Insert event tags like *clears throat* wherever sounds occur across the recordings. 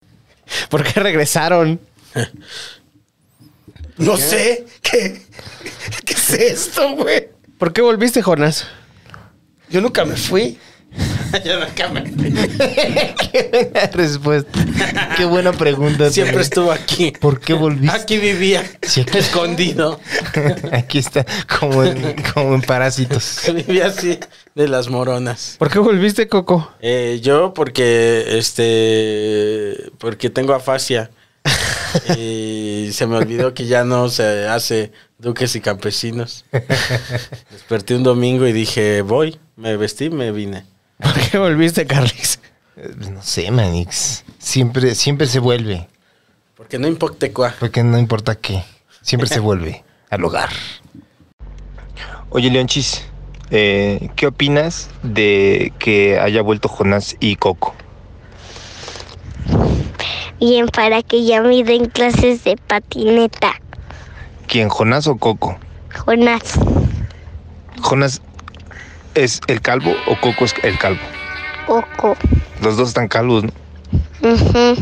*laughs* ¿Por qué regresaron? No sé. ¿Qué, *laughs* ¿Qué es esto, güey? ¿Por qué volviste, Jonas? Yo nunca me fui. *laughs* Yo nunca me... *laughs* Qué buena respuesta. Qué buena pregunta. Siempre Tony. estuvo aquí. ¿Por qué volviste? Aquí vivía, Sí, aquí- *laughs* escondido. *laughs* Aquí está, como en, como en Parásitos. vivía así de las moronas. ¿Por qué volviste, Coco? Eh, yo porque, este, porque *laughs* tengo afasia. y se me olvidó que ya no se hace duques y campesinos. Desperté un domingo y dije, voy, me vestí, me vine. ¿Por qué volviste, Carlis? Eh, pues No sé, Manix. Siempre, siempre se vuelve. Porque no impoctecua. Porque no importa qué. Siempre se vuelve al hogar. Oye, Leonchis, eh, ¿qué opinas de que haya vuelto Jonás y Coco? Y en para que ya me den clases de patineta. ¿Quién, Jonás o Coco? Jonás, ¿Jonás es el calvo o Coco es el calvo? Coco. Los dos están calvos, ¿no? Ujú.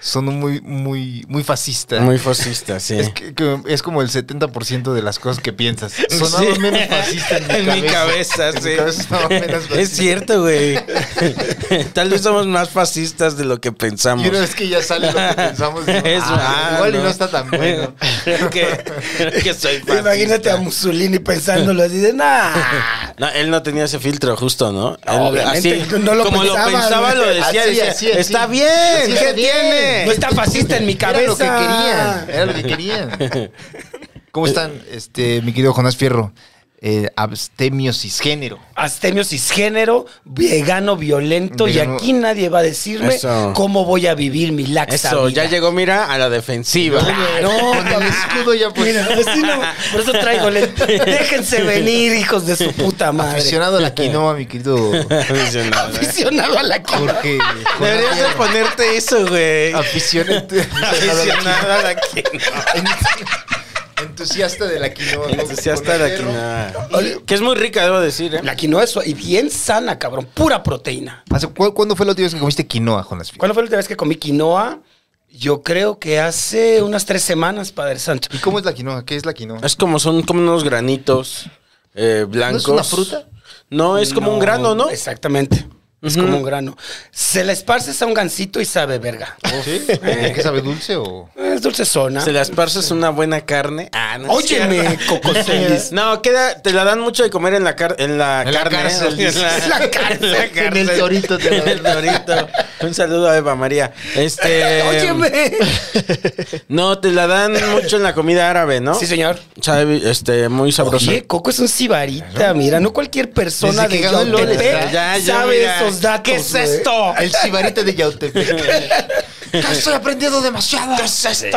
Son muy, muy, muy fascistas. Muy fascista, sí. Es, que- que es como el 70% de las cosas que piensas. Sonaba Sí. *laughs* menos fascista en mi cabeza. En mi sí. cabeza sonaba menos Es fascista. cierto, güey. *laughs* Tal vez somos más fascistas de lo que pensamos. Y una vez que ya sale lo que pensamos, digo, *laughs* Es "Ah, verdad, igual y ¿no? no está tan bueno. *laughs* creo, que, creo que *laughs* soy fascista. Imagínate a Mussolini pensándolo así de nada. No, él no tenía ese filtro justo, ¿no? No, Él, obviamente, así, no lo como pensaba, lo pensaba, güey. lo decía. Así, decía, así, así. Está bien, Así está ¿qué bien. tiene? No está fascista en mi Era cabeza. lo que querían. Era lo que querían. ¿Cómo están, este, mi querido Jonás Fierro? Eh, abstemio cisgénero. Astemio cisgénero, vegano violento, Vegano. y aquí nadie va a decirme Eso. cómo voy a vivir mi laxa Eso, vida. ya llegó, mira, a la *laughs* defensiva. *laughs* Claro, Con el escudo ya pues. Mira, así no- por eso traigo lentes. Déjense venir, hijos de su puta madre. Aficionado a la quinoa, mi querido Aficionado, *laughs* ¿eh? Aficionado a la quinoa. Jorge. Deberías de ponerte eso, güey. Aficionado Aficionado a la quinoa. Entusiasta de la quinoa. ¿no? Entusiasta de la Jorge Fierro. quinoa. Que es muy rica, debo decir, ¿eh? La quinoa es su- y bien sana, cabrón. Pura proteína. ¿Hace cu- ¿Cuándo fue la última vez que comiste quinoa, Jonas Fierro? ¿Cuándo fue la última vez que comí quinoa? Yo creo que hace unas tres semanas, Padre Santo. ¿Y cómo es la quinoa? ¿Qué es la quinoa? Es como son como unos granitos eh, blancos. una fruta? No, es como un grano, ¿no? Exactamente. Es Ujú. como un grano. Se la esparces a un gancito y sabe verga. ¿Sí? ¿Qué sabe dulce o...? Es dulce zona. *laughs* Oh. Se le esparces una buena carne. Ah, no. es Óyeme, cierto. *laughs* Cocoselis. No, queda, te la dan mucho de comer en la, car- en la En la carne. ¿eh? En cárcel, la, dices. cárcel. En el torito te *laughs* la En el torito. Un saludo a Eva María. Este. *laughs* Óyeme. No, te la dan mucho en la comida árabe, ¿no? Sí, señor. Sabe, este, muy sabroso. Oye, Coco es un cibarita, mira, no cualquier persona Desde de que ganó el LOL Yautepec está. Ya, ya, sabe mira. esos datos. ¿Qué es güey. esto? El cibarita de Yautepec. Estoy aprendiendo demasiado. ¿Qué es esto?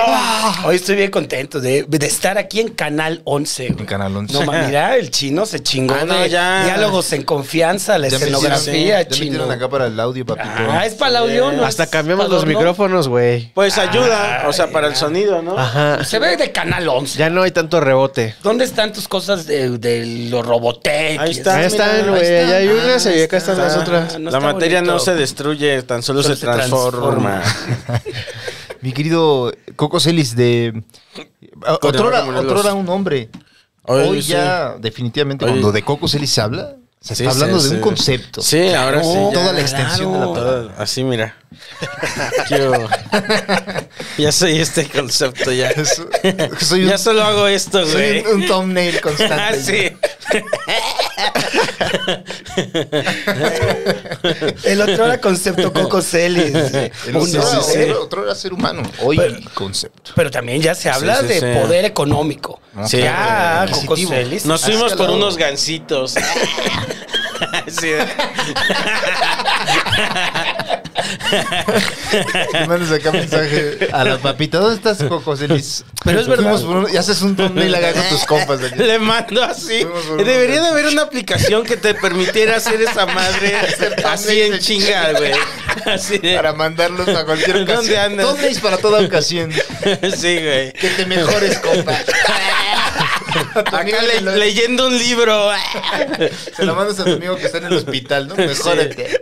Hoy estoy bien contento de, de estar aquí en Canal 11, güey. En Canal 11. No, ma- mira, el chino se chingó Ah, no, de ya. diálogos en confianza, la Ya me hicieron- escenografía, Ya me metieron acá chino. para el audio, papito. Ah, es para el audio, ¿no? Hasta es cambiamos para los adorno. micrófonos, güey. Pues ayuda, o sea, para el sonido, ¿no? Ajá. Se ve de Canal 11. Ya no hay tanto rebote. ¿Dónde están tus cosas de, de los Robotech? Ahí está. Ahí *laughs* están, mira, güey. ahí Allá hay Ah, unas y ahí acá están está. las otras. Ah, no la está materia no bonito. se destruye, tan solo, se, transforma. *laughs* Mi querido Coco Celis de... Otrora, Morelos. otrora un hombre. Hoy, Hoy sí. ya definitivamente Hoy- cuando de Coco Celis se habla, se Sí, está hablando sí, de sí. un concepto. Sí, ahora sí. No, ya. Toda la extensión de la palabra. Todo- así, mira. *laughs* *laughs* Yo- ya soy este concepto, ya. Eso- soy un- ya solo hago esto, Soy güey. un, un thumbnail Ah, constante. *laughs* sí. El otro era concepto Coco *laughs* Celis. El Uno, otro, sí, sí. ¿eh? otro- otro era ser humano. Hoy concepto. Pero también ya se habla sí, de sí. poder económico. Sí, ya, güey, Coco Ah, adquisitivo. Celis. *laughs* Nos Así fuimos que por lo- unos gancitos. *laughs* Sí. *laughs* Te mandas acá mensaje a la papita. ¿Dónde estás, Coco Celis? Pero es verdad. Fuimos por un- y haces un thumbnail acá con tus compas. de aquí. *laughs* Le mando así. Fuimos por unos Debería de haber una aplicación que te permitiera hacer esa madre *laughs* así en chinga, güey. Así de- Para mandarlos a cualquier ¿Dónde ocasión. andas? Thumbnails para toda ocasión. *laughs* Sí, güey. Que te mejores, compa. A tu *laughs* Acá amigo le- se lo- leyendo un libro. Se lo mandas a tu amigo que está en el hospital, ¿no? Mejórate.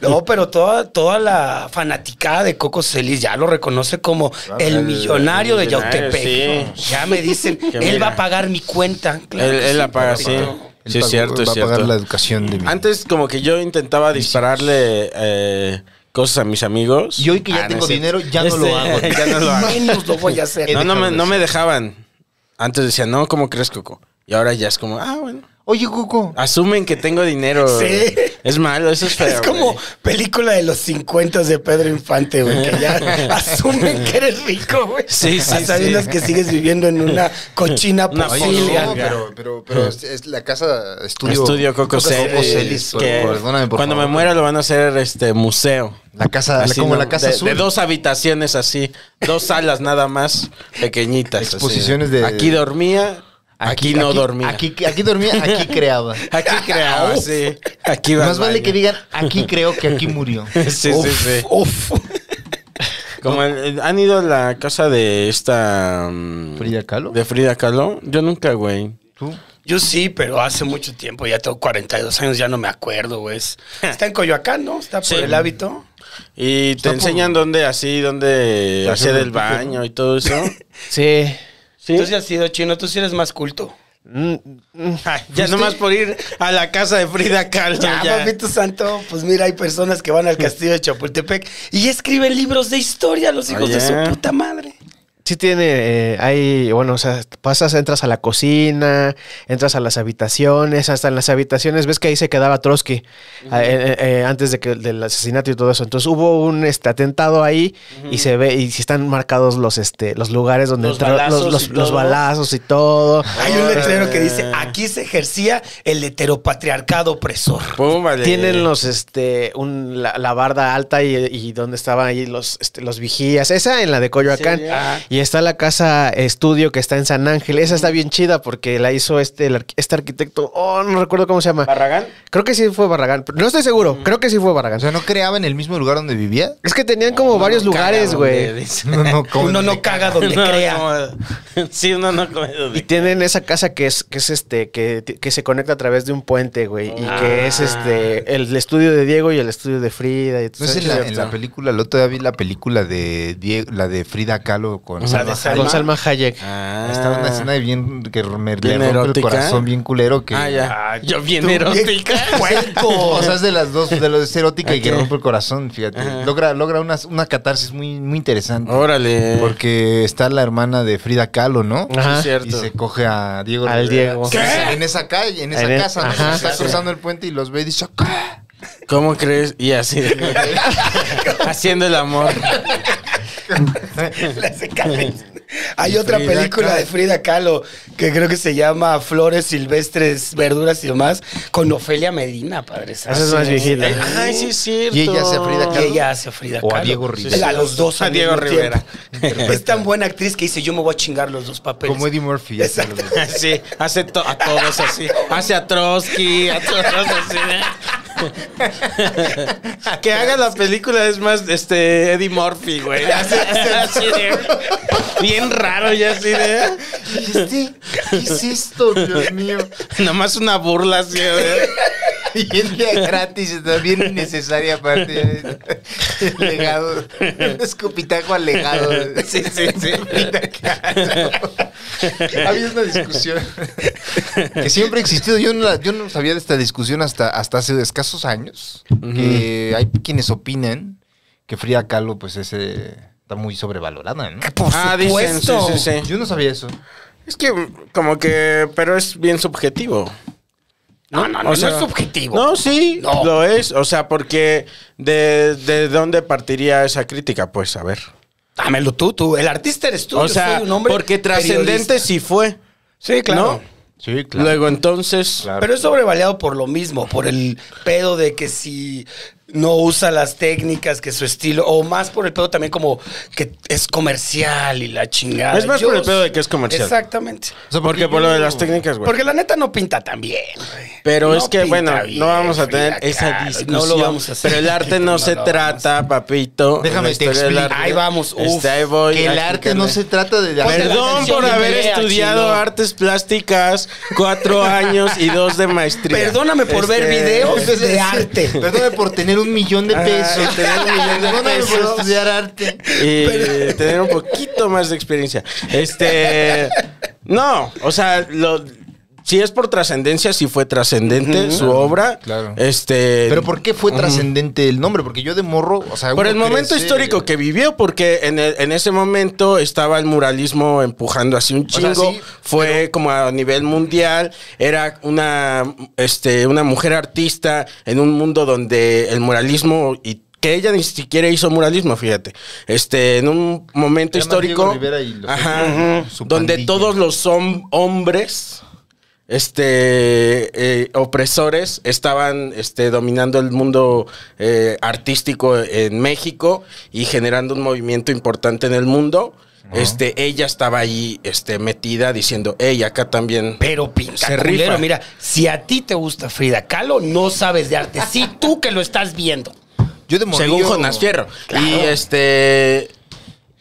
No, pero toda, toda la fanaticada de Coco Celis ya lo reconoce como el, Ah, el millonario de millonario, Yautepec. sí. Ya me dicen, *laughs* Que él mira. va a pagar mi cuenta. Claro él que él la paga, sí. papito. Él Sí, es pagó- cierto, es Va a pagar cierto. la educación de mi Antes como que yo intentaba dispararle eh, cosas a mis amigos. Y hoy que ya Ah, no tengo es cierto. Este- dinero, ya no lo *laughs* hago. ya no lo hago. Menos lo *laughs* voy a hacer. Eh, No, no me, no me dejaban. Antes decían, no, ¿cómo crees, Coco? Y ahora ya es como, ah, bueno. Oye, Cuco. Asumen que tengo dinero. Sí. Es malo, eso es feo. Es como güey. película de los 50 de Pedro Infante, güey, que *laughs* ya asumen que eres rico, güey. Sí, sí, A sabiendas sí. que sigues viviendo en una cochina Una Oye, posilia. no, pero, pero, pero es, es la casa estudio. Estudio Coco Celis. Celis, por- que perdóname, por Cuando favor. Ah, me muera lo van a hacer este museo. La casa, Así, como ¿no? la casa de, azul. de dos habitaciones así, dos salas nada más, pequeñitas. así. Exposiciones de- Aquí dormía, aquí, no dormía. Aquí, aquí dormía, *laughs* aquí creaba. Aquí *laughs* creaba, sí. Aquí iba Más al vale baño. que digan, aquí creo que aquí *laughs* murió. Sí, sí, sí. Uf. Como el- el- han ido a la casa de esta. mm, ¿Frida Kahlo? De Frida Kahlo. Yo nunca, güey. ¿Tú? Yo sí, pero hace mucho tiempo, ya tengo 42 años, ya no me acuerdo, güey. *laughs* Está en Coyoacán, ¿no? Está por Sí. el hábito. Y te enseñan dónde así, dónde hacer el baño y todo eso. Sí. Sí. Tú sí has sido chino, tú sí eres más culto. Pues Mm, mm. Ay, ya nomás por ir a la casa de Frida Kahlo. Ya, ya. papito santo, pues mira, hay personas que van al castillo de Chapultepec y escriben libros de historia, los hijos de Oye. su puta madre. Sí tiene, eh, hay, bueno, o sea, pasas, entras a la cocina, entras a las habitaciones, hasta en las habitaciones, ves que ahí se quedaba Trotsky a- eh, eh, eh, antes de que, del asesinato y todo eso. Entonces hubo un este, atentado ahí y se ve, y si están marcados los, este, los lugares donde Los entró- los- balazos los, y los todo. balazos y *laughs* todo. Hay un letrero que dice, Órale. aquí se ejercía el heteropatriarcado opresor. Pum, vale. Tienen los, este, un, la, la barda alta y, y donde estaban ahí los, este, los vigías. Esa en la de Coyoacán. Sí, Ah. ya. y está la casa estudio que está en San Ángel. Esa está bien chida porque la hizo este, el arqu- este arquitecto. Oh, no recuerdo cómo se llama. Barragán. Creo que sí fue Barragán. pero No estoy seguro. Creo que sí fue O Barragán. sea, ¿no creaba en el mismo lugar donde vivía? *laughs* Es que tenían como varios Uno no caga lugares, donde güey. dice. No, *laughs* no, ¿cómo? Uno no caga donde *laughs* No, crea. como- sí, uno no come Y donde- tienen esa casa que es, que es este, que, que se conecta a través de un puente, güey. Y Ah. que es este, el estudio de Diego y el estudio de Frida. Y Pues ¿No es en la, en la película? El otro día vi la película de Die- la de Frida Kahlo con O sea, Salma de Hayek. Con Salma Hayek. Ah. Estaba una escena de bien que me Bien le rompe el erótica. corazón bien culero que Ah, ya. Ay, Yo bien tú, erótica. bien *laughs* puerco. O sea, es de las dos, de lo de ser erótica y que Ok. rompe el corazón, fíjate. Ajá. Logra, logra una, una catarsis muy, muy interesante. Órale. Porque está la hermana de Frida Kahlo, ¿no? Sí, Ajá. Eh, es Y cierto. se coge a Diego. Al Rivera. Diego. ¿Qué? En esa calle, en esa En el- casa, ¿no? ajá. Se está cruzando el puente y los ve y dice, "¿Qué?". ¿Cómo crees? Y así. *laughs* haciendo el amor. *laughs* Le hace *laughs* caer. Hay otra Frida película Kahlo. de Frida Kahlo que creo que se llama Flores Silvestres, Verduras y demás, con Ofelia Medina, padre. Esa es más viejita. Ay, sí, es cierto. Y ella hace Frida Que Kahlo. ella hace Frida O a Kahlo. Diego Rivera. Sí, A los dos. A al Diego mismo Rivera. tiempo. Es tan buena actriz que dice, yo me voy a chingar los dos papeles. Como Eddie Murphy. ya sabes. *laughs* Sí, hace to- a todos así. Hace a Trotsky, a todos así. ¿no? *laughs* que haga la película es más este Eddie Murphy, güey. Hace, hace *laughs* así de- Bien raro ya así de. Este, ¿Qué es esto, Dios mío? Nomás una burla así de. *laughs* Y es que gratis, está bien innecesaria aparte. El *laughs* legado. Un escupitajo al legado. *laughs* Sí, sí, sí. Frida *laughs* Kahlo. Había una discusión que siempre ha existido. Yo no, la- yo no sabía de esta discusión hasta, hasta hace escasos años. Que hay quienes opinan que Frida Kahlo, pues, es, eh, está muy sobrevalorada, ¿no? Por Ah, dicen, sí, supuesto. sí, sí. Yo no sabía eso. Es que, como que, pero es bien subjetivo. No, no, no, O no sea, es subjetivo. No, sí, No. lo es. O sea, porque de, de dónde partiría esa crítica, pues, a ver. Dámelo tú, tú. El artista eres tú. o yo sea, soy un hombre porque periodista. trascendente sí fue. Sí, claro. ¿no? Sí, Luego entonces, Claro. Pero es sobrevalorado por lo mismo, por el pedo de que si no usa las técnicas que su estilo, o más por el pedo también como que es comercial y la chingada. Es más por el pedo de que es comercial. Exactamente. O sea, porque por lo de las técnicas, güey. Porque la neta no pinta tan bien. güey. Pero No es que, pinta bueno, bien, no vamos a tener Frida esa Kahlo, discusión. No lo vamos a hacer. Pero *laughs* el arte no, se lo vamos a hacer. trata, papito. Déjame La te historia del explico. arte. Ahí vamos, uf, Este, ahí voy Que el a arte no explicarle. se trata de... Ponte la Perdón canción por de haber Brea, estudiado chino. artes plásticas cuatro años y dos de maestría. Perdóname por ver Este, videos de arte. Perdóname por tener tener un millón de Ajá, pesos. y Ah, *laughs* tener un millón de Perdóname por pesos. estudiar arte. y tener un poquito más de experiencia. Este, no, o sea, lo- si es por trascendencia, sí fue trascendente su obra. Claro. Este, Pero ¿por qué fue trascendente el nombre? Porque yo de morro, o sea, Por uno el momento crece- histórico que vivió, porque en, el- en ese momento estaba el muralismo empujando así un O sea, chingo. sí, Fue como a nivel mundial. Era una, este, una mujer artista en un mundo donde el muralismo y que ella ni siquiera hizo muralismo, fíjate. Este, en un momento Era más Diego histórico, Rivera y los- ajá, su donde pandilla. todos los hom- hombres este eh, opresores estaban este, dominando el mundo eh, artístico en México y generando un movimiento importante en el mundo. Este, ella estaba ahí este, metida diciendo, hey, acá también. Pero pinta Se culero. rifa. Mira, si a ti te gusta Frida Kahlo, no sabes de arte. Sí, tú que lo estás viendo. Yo de morro. Según Jonas Fierro. Y este.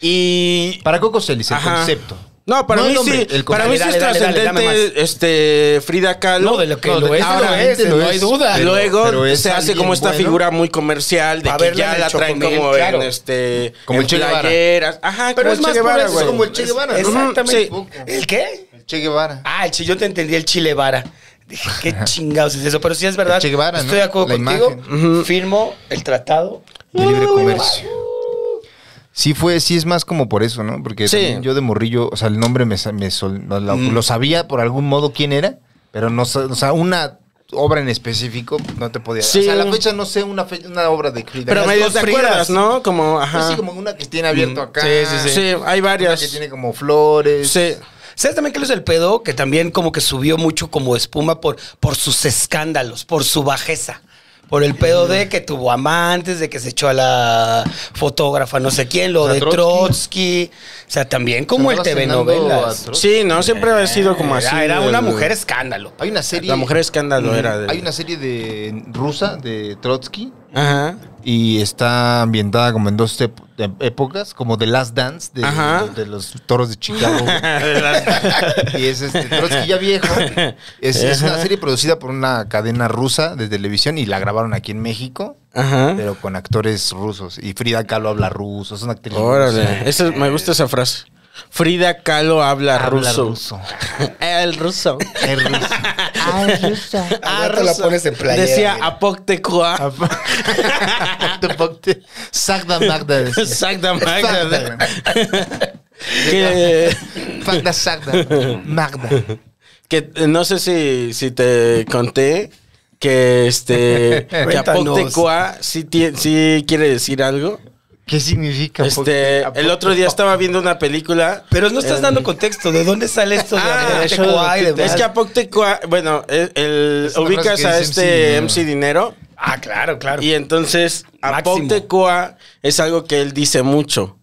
Y. Para Coco Celis, el Ajá. concepto. No, para No el mí nombre, sí. el para mí sí es concepto. Dale, dale, dale, dame trascendente este, Frida Kahlo. No, de lo que No, lo de es, ahora lo es, gente lo no hay es. duda. Pero- Luego pero es se hace alguien como esta bueno. figura muy comercial de Pa' que verla en ya el la traen Chocomil, como claro. en este Como en el Che Guevara. playeras. Ajá, como el Che Guevara, eso, güey. como el Che Guevara, ¿no? Exactamente. Ujú, sí. ¿El qué? El Che Guevara. Ah, el chi- yo te entendí el chile vara. Dije, qué *laughs* chingados es eso. Pero sí es verdad. El Che Guevara, Estoy ¿no? de acuerdo La contigo. imagen. Ujú. Firmo el tratado. De libre comercio. Sí fue, sí es más como por eso, ¿no? Porque Sí. Mm. también yo de morrillo, o sea, el nombre me, sa- me sol- lo, lo- lo sabía por algún modo quién era, pero no, sa- o sea, una obra en específico no te podía. Sí. O sea, a la fecha no sé una, fe- una obra de Frida. Pero Las medio dos te Fridas. acuerdas, ¿no? Como, ajá. Mm. Pues sí, como una que tiene abierto acá. Sí, sí, sí. Sí, hay Una varias. que tiene como flores. Sí. ¿Sabes también qué es el pedo? Que también como que subió mucho como espuma por, por sus escándalos, por su bajeza. Por el pedo de que tuvo amantes, de que se echó a la fotógrafa no sé quién, lo O sea, de Trotsky. O sea, también como el Andaba TV cenando a novelas. Trotsky. Sí, no, siempre ha sido como así. Era, era una el- mujer escándalo. *laughs* Hay una serie. La mujer escándalo era. del- Hay una serie de rusa de Trotsky Ajá. y está ambientada como en dos ep- em- épocas, como The Last Dance de, Ajá. de los toros de Chicago. *laughs* güey. y es este Trotsky ya viejo. Es, es una serie producida por una cadena rusa de televisión y la grabaron aquí en México, Ajá. pero con actores rusos. Y Frida Kahlo habla ruso, es una actriz rusa. Órale. Esa- me gusta esa frase. Frida Kahlo habla, Habla ruso. ruso. *laughs* *laughs* El ruso. Es ruso. Ah, la pones en playera, Eh, Decía mira. apoctecoa. *laughs* Te ponte- Sagda Magda. decía. Sagda Magda. Sagda. *laughs* que, Magda Sagda. *laughs* Magda. que, eh, no sé si, si te conté que este que Cuéntanos. apoctecoa sí, tie- sí quiere decir algo. ¿Qué significa? Este, el otro día estaba viendo una película. Pero no estás Eh, dando contexto. ¿De dónde sale esto de Ah, Apotecuá y demás? es que Apoctecoa, bueno, el, el- Es una frase ubicas que a dice este MC MC Dinero Ah, claro, claro. y entonces Máximo. Apoctecoa es algo que él dice mucho.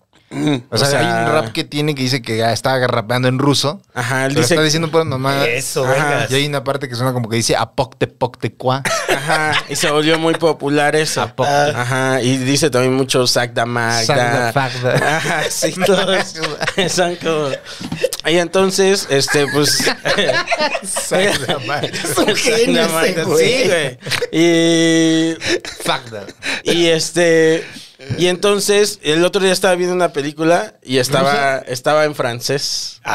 O sea, O sea, hay un rap que tiene que dice que ya estaba rapeando en ruso. Ajá, él Pero dice está diciendo pura mamada. Eso, Ajá, venga. Y hay una parte que suena como que dice apocte pocte *laughs* cuá. Ajá, y se volvió muy popular eso. Apocte. Ajá, y dice también mucho Sagda Magda. Sagda Fagda. Ajá, *laughs* sí, todos son como... Y entonces, este, pues... *laughs* Sagda Magda. Es un genio Sagda ese Magda, güey. Sí, güey. Y... *laughs* Fagda. Y este. Y entonces, el otro día estaba viendo una película y estaba, estaba en francés. *laughs*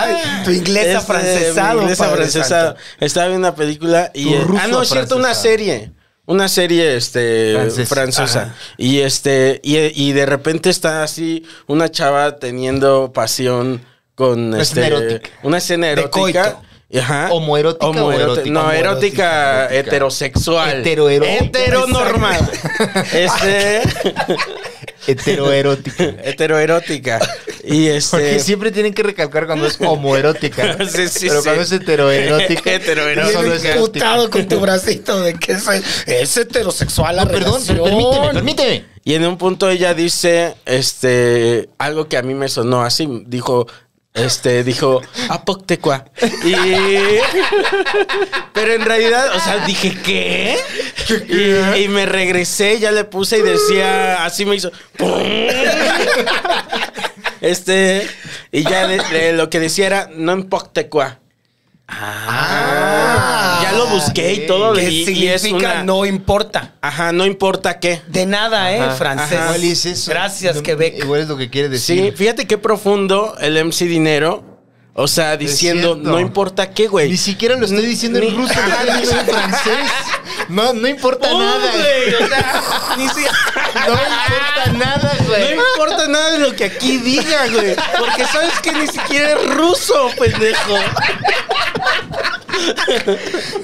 Ah, tu inglés Este, mi afrancesado. Inglés Padre afrancesado. santo. Estaba viendo una película y. Tu eh, ruso ah, no, es cierto, una afrancesado. serie. Una serie este, Francés. francesa. Ajá. Y este. Y, y de repente está así una chava teniendo pasión con Una escena este, erótica. Una escena De erótica. coito. Ajá. ¿Homoerótica o Homoerote- erótica? No, Homoerótica, erótica, erótica. heterosexual. Heteroerótica. Ah, Heteronormal. *laughs* este. *laughs* Heteroerótica. heteroerótica. Y Porque este. siempre tienen que recalcar cuando es homoerótica. ¿no? *laughs* Sí, sí, Pero sí. cuando es heteroerótica. *laughs* Heteroerótica. solo es erótica. Putado con *laughs* tu bracito de que es, es heterosexual la No, perdón, relación. permíteme, permíteme. Y en un punto ella dice, este, algo que a mí me sonó así, dijo, este, *laughs* dijo, apoctecua. Y... Pero en realidad, o sea, dije, ¿qué? Y, y me regresé, ya le puse y decía, así me hizo, ¡pum! Este, y ya le- le- lo que decía era, no empoctecua. Ah, ya lo busqué y todo. ¿Qué y, y significa es una- no importa? Ajá, no importa qué. De nada, ¿eh, francés? ajá. Igual es eso. Gracias, No, Quebec. Igual es lo que quiere Sí, decir. fíjate qué profundo el MC Dinero. O sea, diciendo, cierto. no importa qué, güey. Ni siquiera lo estoy diciendo Ni- en ruso, lo estoy diciendo en *laughs* francés. No, no importa nada. Hombre, o *laughs* sea, ni si- No importa nada, güey. No importa nada de lo que aquí diga, güey. Porque sabes que ni siquiera es ruso, pendejo. *laughs*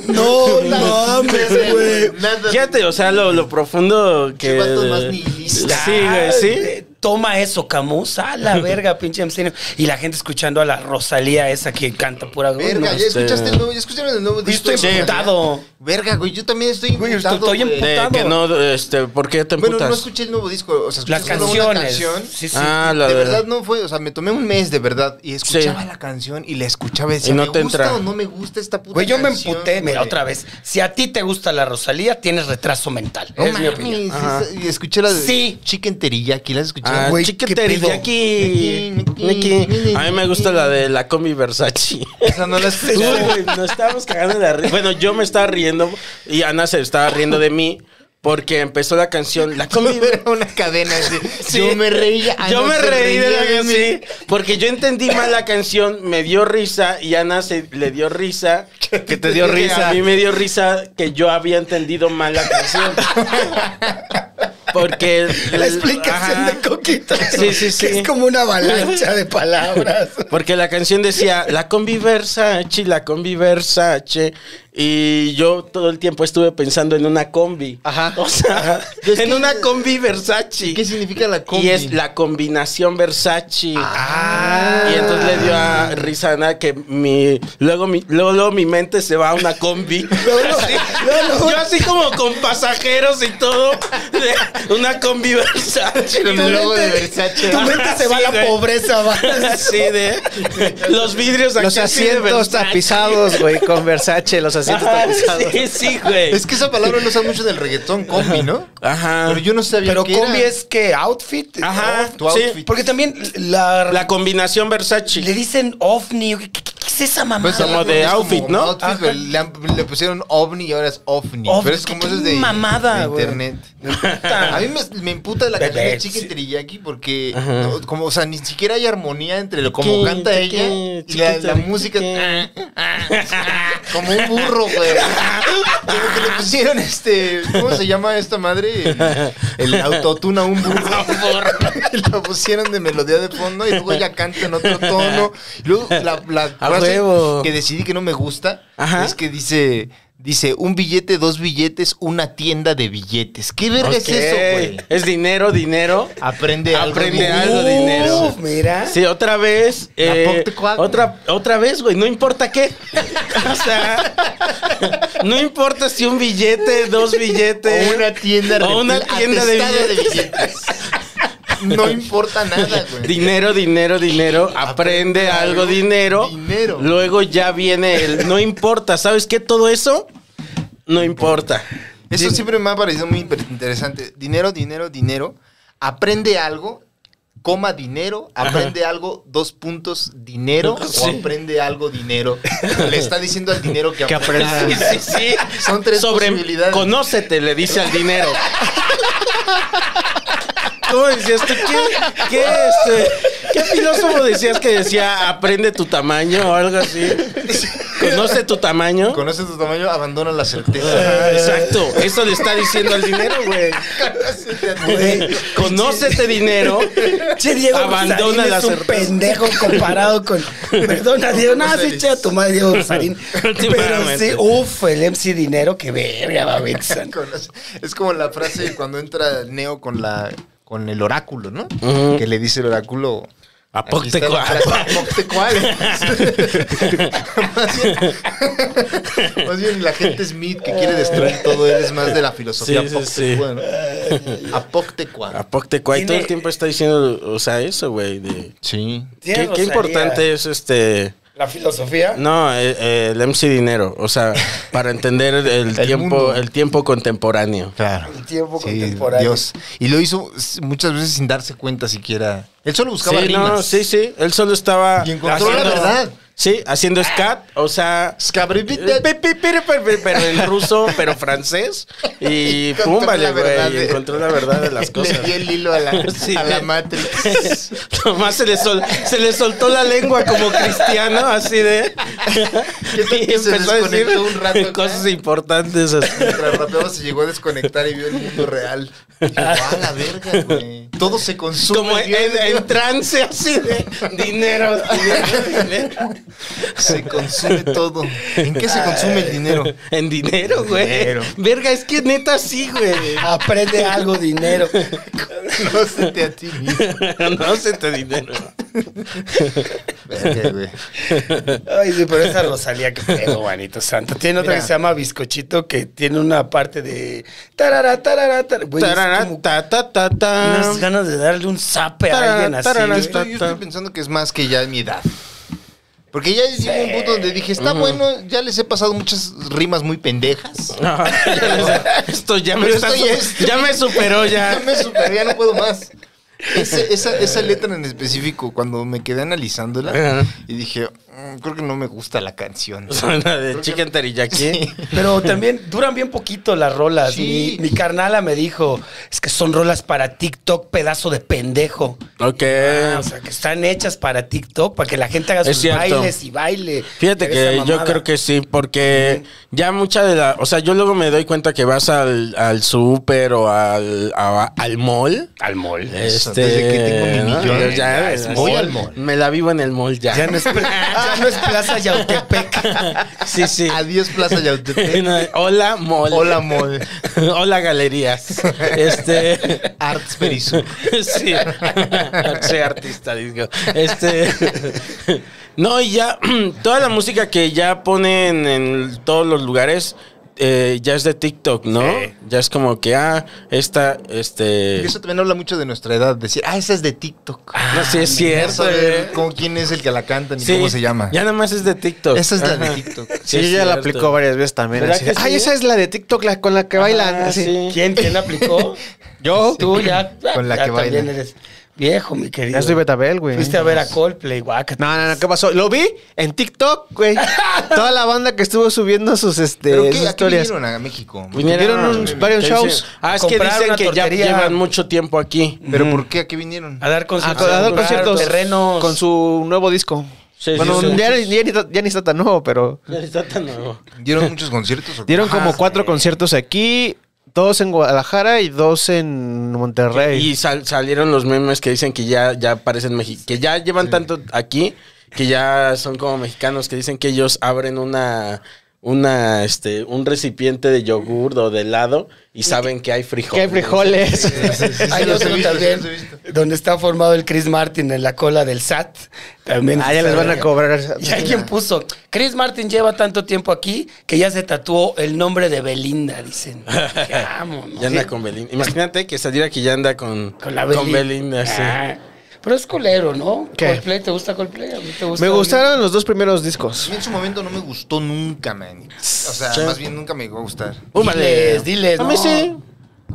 No mames, güey. Nada. Fíjate, o sea, lo, lo profundo que. Qué vato más nihilista. Sí, güey, sí. Eh, Toma eso, Camus. A *laughs* la verga, pinche MC. Dinero. Y la gente escuchando a la Rosalía esa que canta pura Verga, No, ya sé. escuchaste el nuevo, ya escucharon el nuevo Yo disco. estoy de Rosalía? emputado. Verga, güey, yo también estoy Güey, imputado. estoy güey. emputado. De que no, este, ¿por qué te Bueno, emputas? no escuché el nuevo disco, o sea, escuché Las solo canciones. una canción. Sí, sí. Ah, la de verdad. verdad no fue, o sea, me tomé un mes de verdad y escuchaba Sí. la canción y la escuchaba y decía, no ¿me te gusta entra. o no me gusta esta puta Güey, yo me canción, emputé. Mira, güey? otra vez. Si a ti te gusta la Rosalía, tienes retraso mental. No es mi mames, opinión. Ajá. esa- y escuché la de Sí. Chicken Teriyaki, ¿la has escuchado? Ah, Güey, chica ¿qué pedo? teriyaki. Niki. A mí me gusta la de la combi Versace. *laughs* *laughs* Esa no la has Uy, güey, nos estábamos cagando de la risa. Bueno, yo me estaba riendo y Ana se estaba riendo de mí porque empezó la canción La *laughs* combi Versace. Era una cadena así. Sí. Yo me *laughs* reía. Ana Yo me se reí ah, de reía la mí. canción. Porque yo entendí mal la canción, me dio risa y Ana se, le dio risa. Que te *laughs* dio risa. A mí me dio risa que yo había entendido mal la canción. Porque. La explicación Ajá. de Coquito. Sí, sí, sí. que es como una avalancha de palabras. Porque la canción decía la combi Versace, la combi Versace. Y yo todo el tiempo estuve pensando en una combi. Ajá. O sea, Es en que- una combi Versace. ¿Qué significa la combi? Y es la combinación Versace. Ah. Y entonces le dio a Rizana que mi luego mi luego, luego mi mente se va a una *laughs* combi. Así- Yo así como con pasajeros y todo, de una combi Versace. Con el logo de Versace. Tu mente se va a la pobreza, Sí, de los vidrios aquí Los así de asientos ah, Versace. tapizados, güey, con Versace, los asientos Ah, tapizados. Sí, sí, güey. Es que esa palabra no usa mucho en el reggaetón, combi, ¿no? Ajá. Pero yo *laughs* no sabía Pero qué combi era. es que outfit. Ajá. tu sí. outfit. Porque también la, La combinación Versace. le dicen ovni. ¿Qué, qué- qué es esa mamada? Pues Como ahora de es outfit, ¿no? outfit, Ajá. pero le, han- le pusieron ovni y ahora es ovni. Ovni, Pero es qué- como qué eso de, mamada, de güey. internet. Puta. A mí me, me emputa la Bebé, canción de Chicken sí. Teriyaki porque, Ajá. no, como, o sea, ni siquiera hay armonía entre lo como Chicken, canta ella y chicken, la, chicken la música. teriyaki. *laughs* Como un burro, güey. Como que le pusieron este. ¿Cómo se llama esta madre? El, el autotune a un burro. *laughs* Y lo pusieron de melodía de fondo y luego ella canta en otro tono. Y luego la, la *laughs* A frase huevo. que decidí que no me gusta Ajá. es que dice. Dice, un billete, dos billetes, una tienda de billetes. ¿Qué verga Ok. es eso, güey? Es dinero, dinero. Aprende algo. Aprende de- algo, Uf, dinero. mira. Sí, otra vez. eh, Tampoco te cuadra. otra, otra vez, güey. No importa qué. *laughs* o sea, no importa si un billete, dos billetes. O una tienda, O una reptil- tienda de atestado billetes. No importa nada, güey. Dinero, dinero, dinero. Aprende Aprende algo, algo, dinero. dinero. Luego ya viene el no importa. ¿Sabes qué? Todo eso no importa. Eso Din- siempre me ha parecido muy inter- interesante. Dinero, dinero, dinero. Aprende algo, coma dinero, aprende algo, dos puntos, *laughs* dinero, o Sí. aprende algo, dinero. Le está diciendo al dinero que, Que aprenda. aprenda. Sí, sí. Son tres Sobre- posibilidades. Conócete, le dice al dinero. ¿Cómo decías tú? ¿Qué, qué, este, qué filósofo decías que decía aprende tu tamaño o algo así? ¿Conoce tu tamaño? Conoce tu tamaño, abandona la Ah, *laughs* certeza. Exacto, eso le está diciendo al dinero, güey. Conócete a ti mismo. Conócete dinero. Che, Diego Abandona Abandona la es un certeza. pendejo comparado con. Perdona, Diego. No, Rosario. sí, che, a tu madre, Diego Rosarín. Pero *laughs* Últimamente. sí, uff, el MC Dinero, que verga, va *laughs* Benson. Conoce- Es como la frase cuando entra Neo con la con el oráculo, ¿no? Ujú. Que le dice el oráculo. "Aquí está la Apoctecual. frase, Apoctecual. *laughs* más, bien, más bien la gente Smith que quiere destruir todo él es más de la filosofía Sí, sí, apoctecual. ¿no? Apoctecual. Apoctecual. Tiene- Todo el tiempo está diciendo, o sea, eso, güey. de- Sí. Qué, qué importante es este. La filosofía. No, eh, eh, el MC Dinero. O *laughs* sea, para entender el, tiempo, mundo. el tiempo contemporáneo. Claro. El tiempo Sí, contemporáneo. Dios. Y lo hizo s- muchas veces sin darse cuenta siquiera. Él solo buscaba Sí, rimas. no, sí, sí. Él solo estaba. Y encontró la haciendo- verdad. Sí, haciendo scat, o sea... Scabribita. pi, pi, piri, pi, pi, Pero en ruso, pero francés. *laughs* Y Encontró pum, la vale, verdad güey. de- Encontró la verdad de las *laughs* Le cosas. dio el hilo a la, *laughs* Sí. a la Matrix. *laughs* Nomás se le, sol- se le soltó la lengua como cristiano, así *laughs* de... *laughs* que y se empezó a decir desconectó un rato acá? cosas importantes así. Mientras rapeaba se llegó a desconectar y vio el mundo real. Y dijo, "Ah, la verga, güey. Todo se consume. Como en, Dios mío". en trance, así de dinero, dinero, dinero. Se consume todo. ¿En qué se consume el dinero? En dinero, güey. Dinero. Verga, es que neta sí, güey. Aprende algo, dinero. *laughs* Conócete a ti mismo. no se te dinero. Verga, güey. Ay, sí, pero esa Rosalía, qué pedo, manito santo. Tiene otra Mira. que se llama Bizcochito, que tiene una parte de... Tarara, tarara, tar- güey, es como Tarara, ta, ta, ta. unas ganas de darle un zape a Tarara, alguien así. tarara, güey. Yo estoy, yo estoy pensando que es más que ya mi edad. Porque ya llegó un punto donde dije, está bueno, ya les he pasado muchas rimas muy pendejas. Esto ya me, Pero está esto ya su- es- ya me superó ya. *laughs* Ya me superé, ya no puedo más. Ese- *laughs* esa, esa letra en específico, cuando me quedé analizándola Ajá. y dije, "Mm, creo que no me gusta la canción. Suena de chicken teriyaki. Sí. ¿Eh? Pero también duran bien poquito las rolas. Sí. Mi, mi carnala me dijo, es que son rolas para TikTok, pedazo de pendejo. Ok. Ah, o sea, que están hechas para TikTok, para que la gente haga Eh. Es sus cierto. bailes y baile. Fíjate Esa que yo mamada. creo que sí, porque ya mucha de la... O sea, yo luego me doy cuenta que vas al, al súper o al, a- al mall. Al mall. Eso, Este, desde que tengo mi millón, yo ya, ya es voy mall. al mall. Me la vivo en el mall ya. *laughs* Ya este- no es, pla- *laughs* ya no es Plaza Yautepec. *laughs* sí, sí. Adiós *laughs* Plaza Yautepec. No, Hola mall. Hola Mall. *laughs* Hola galerías. Este *laughs* Arts Perisur. *laughs* sí. Soy artista, digo. Este *laughs* No, y ya *clears throat* toda la música que ya ponen en todos los lugares eh, ya es de TikTok, ¿no? Sí. Ya es como que ah, esta Y este Eso también habla mucho de nuestra edad, decir, ah, esa es de TikTok. No sí es No cierto. saber eh. cómo- quién es el que la canta ni Sí, cómo se llama. Ya nada más es de TikTok. Esa es la de Ajá. TikTok. Sí, es yo ya la cierto. aplicó varias veces también. ¿Verdad así de, que Ay, sí? esa es la de TikTok la, con la que bailan. Ah, así. sí. ¿Quién, ¿Quién aplicó? Yo. Tú ya. Ah, Con la ya que baila. también eres viejo, mi querido. Ya estoy Betabel, güey. Fuiste a ver a Coldplay, guácate. No, no, no, ¿qué pasó? Lo vi en TikTok, *laughs* güey. Toda la banda que estuvo subiendo sus, este, ¿Pero qué, sus ¿A qué historias. vinieron a México? Tuvieron unos unos- varios shows. Ah, es que Compraron dicen una que ya tortería. llevan mucho tiempo aquí. ¿Pero por qué? ¿A qué vinieron? A dar A, conciertos. a dar comprar conciertos Terrenos. con su nuevo disco. Sí, sí, bueno, sí. ya, ya ni, ya ni está tan nuevo, pero Ya está tan nuevo. ¿Dieron muchos conciertos? o qué? Ah, dieron como cuatro conciertos aquí, dos en Guadalajara y dos en Monterrey. Y sal- salieron los memes que dicen que ya, ya parecen mexicanos, que ya llevan tanto aquí, que ya son como mexicanos, que dicen que ellos abren una, una, este, un recipiente de yogur o de helado y saben que hay frijoles. ¡Qué frijoles! *laughs* *laughs* Sí, Hay sí, los he otro visto, también, sí, los he visto. donde está formado el Chris Martin en la cola del SAT. También ah, ya les van a cobrar. Y alguien puso, Chris Martin lleva tanto tiempo aquí que ya se tatuó el nombre de Belinda, dicen. Vámonos. Ya anda Sí. con Belinda. Imagínate que saliera que ya anda con, Con la Belinda. con Belinda, sí. Ah, Pero es culero, ¿no? ¿Qué? Coldplay, ¿te gusta Coldplay? A mí te gusta Me Belinda. gustaron los dos primeros A discos. *laughs* mí en su momento no me gustó nunca, man. O sea, Sí. más bien nunca me llegó a gustar. Húmale. Diles, diles, A mí no. sí.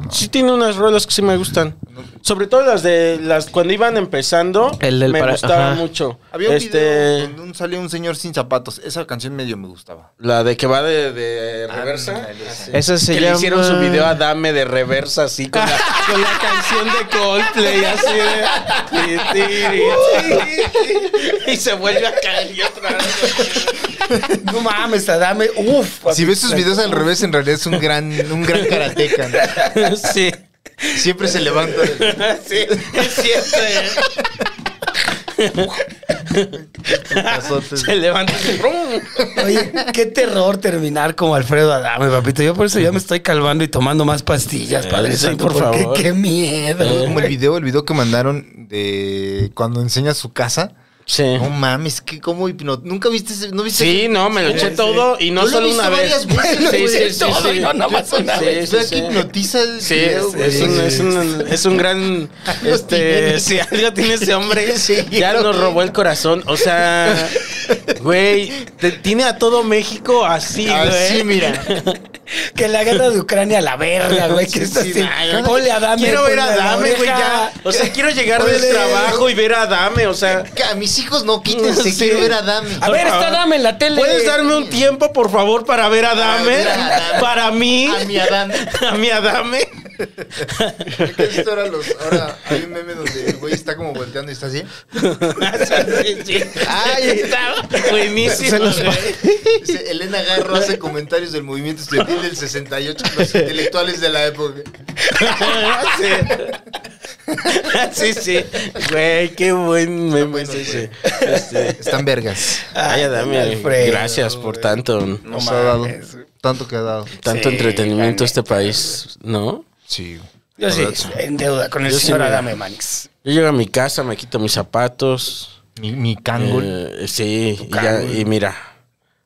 Sí tiene unas rolas que sí me gustan. Sobre todo las de las cuando iban empezando El del me para- gustaba ajá. mucho. Había un este video donde un- salió un señor sin zapatos. Esa canción medio me gustaba. la de que va de, de Ah, reversa. ándale, así. esa. Esa se que llama- le hicieron su video a Dame de reversa así *laughs* con la, *laughs* con la canción de Coldplay así de y se vuelve a caer y otra vez. No mames, Adame. Uf. Si ves sus videos al revés, en realidad es un gran, un gran karateca. ¿no? *laughs* Sí. Siempre se levanta. del- *laughs* Sí, es cierto. eh. Pasotes. Se levanta y ¡rum! Oye, qué terror terminar como Alfredo Adame, papito. Yo por eso ya me estoy calmando y tomando más pastillas, Eh, padre. sí, santo, por porque favor. Qué Eh, miedo. Como el video, el video que mandaron de cuando enseña su casa. Sí. No mames, que como hipno... Nunca viste ese, no viste Sí, ese- no, me lo eché sí. todo y no Yo lo he solo visto una vez. varias veces, Sí, güey. sí, sí, Todo sí. y no, nada más una Sí, vez. sí, Vea sí. que hipnotiza el Sí, video, es, güey. es un, es, un, es un gran. Este, tiene. si algo tiene ese hombre, Sí, ya lo nos tiene. robó el corazón. O sea, güey, te- tiene a todo México así, güey. Así, mira. Que la guerra de Ucrania a la verga, güey. Que Sí, está sí, así. nah, Ponle a Dame. Quiero ver ponle a Ah, la Dame, güey, ya. oreja. O sea, quiero llegar Ponle- del trabajo y ver a Dame, o sea. Que a mis hijos no *laughs* quítense, Sí. quiero ver a Dami. A ver, está Dame en la tele. ¿Puedes darme un tiempo, por favor, para ver a Dame? ver a Dame. Para mí. A mi *laughs* Adán. A mi Adame. Porque he visto ahora los. Ahora hay un meme donde el güey está como volteando y está así. este Ahí está. Buenísimo. Se los güey. Dice, Elena *laughs* Garro hace comentarios del movimiento estudiantil del 68, los intelectuales de la época. sí, sí. Güey, qué buen meme es ese. Este, Están vergas. Ay, Adame, Alfredo, gracias por tanto. Nos ha dado tanto que ha dado. Tanto entretenimiento este país, ¿no? Sí. Yo sí, en deuda con el Yo sí, señor mira. Adame Manix. Yo llego a mi casa, me quito mis zapatos. Mi, mi cángol. eh, sí, y, ya- y mira,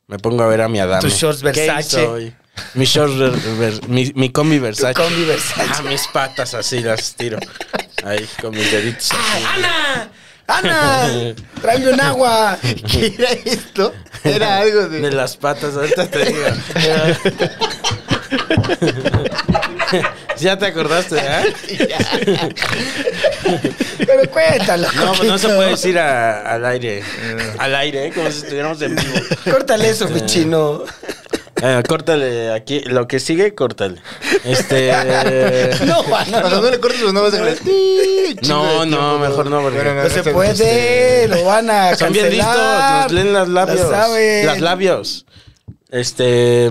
me pongo a ver a mi Adame. Tus shorts ¿Qué Versace. hizo hoy? Mis shorts, ver- ver- mi, mi combi Versace. combi Versace. Ah, mis patas así las tiro. Ahí, con mis deditos. así. Ah, ¡Ana! ¡Ana! ¡Tráeme un *laughs* agua! ¿Qué era esto? Era algo de. De las patas, ahorita te digo. *laughs* ya te acordaste, ¿eh? Pero cuéntalo. No, pues, Coquito. no se puede decir a- al aire. Al aire, ¿eh? como si estuviéramos en vivo. Córtale eso, Este, mi chino. Eh, córtale aquí. Lo que sigue, córtale. Este. *laughs* No, O sea, Ana, no, no. le cortes los nombres. No, no, mejor no, porque- No se puede, eh, lo van a Son Este, bien listos, cancelar. nos leen las labios. Ya saben. Las labios. Este.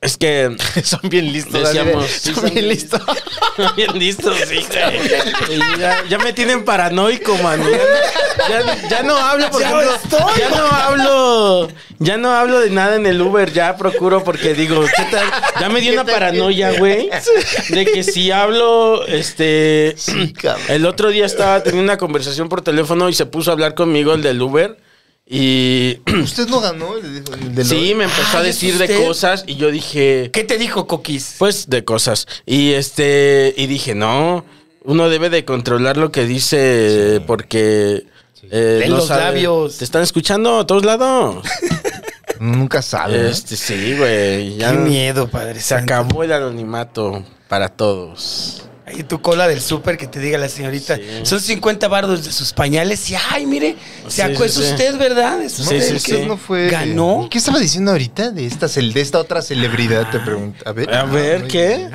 Es que. Son bien *laughs* listos. así de- Decíamos, sí, son bien listos. *laughs* Son bien listos, sí, güey. Y ya, ya me tienen paranoico, man. Ya, ya- ya no hablo, por Ya ejemplo, lo estoy, ya no hablo, ya no hablo de nada en el Uber, ya procuro porque digo, ¿qué tal? Ya me dio una paranoia, güey, de que si hablo, este, el otro día estaba teniendo una conversación por teléfono y se puso a hablar conmigo el del Uber y Usted no ganó, le dijo. el *clears throat* de sí, me empezó a Ay, ¿es decir de usted? cosas y yo dije, ¿Qué te dijo Coquis? pues de cosas. Y este, y dije, no, uno debe de controlar lo que dice porque... eh, Ven los labios. Te están escuchando a todos lados. lo- Nunca sabe. ¿no? este, sí, güey. Qué Ya miedo, padre. se santo. acabó el anonimato para todos. Ahí tu cola del súper que te diga la señorita. Son 50 bardos de sus pañales y, ay, mire, se Sí, acu- sí, es sí. usted, ¿verdad? Es Sí, ¿No? usted sí, el sí. que- Usted no fue. ¿Ganó? ¿Qué estaba diciendo ahorita de esta, cel- de esta otra celebridad? Te pregunto. A ver. Ah, A ver Ay, qué.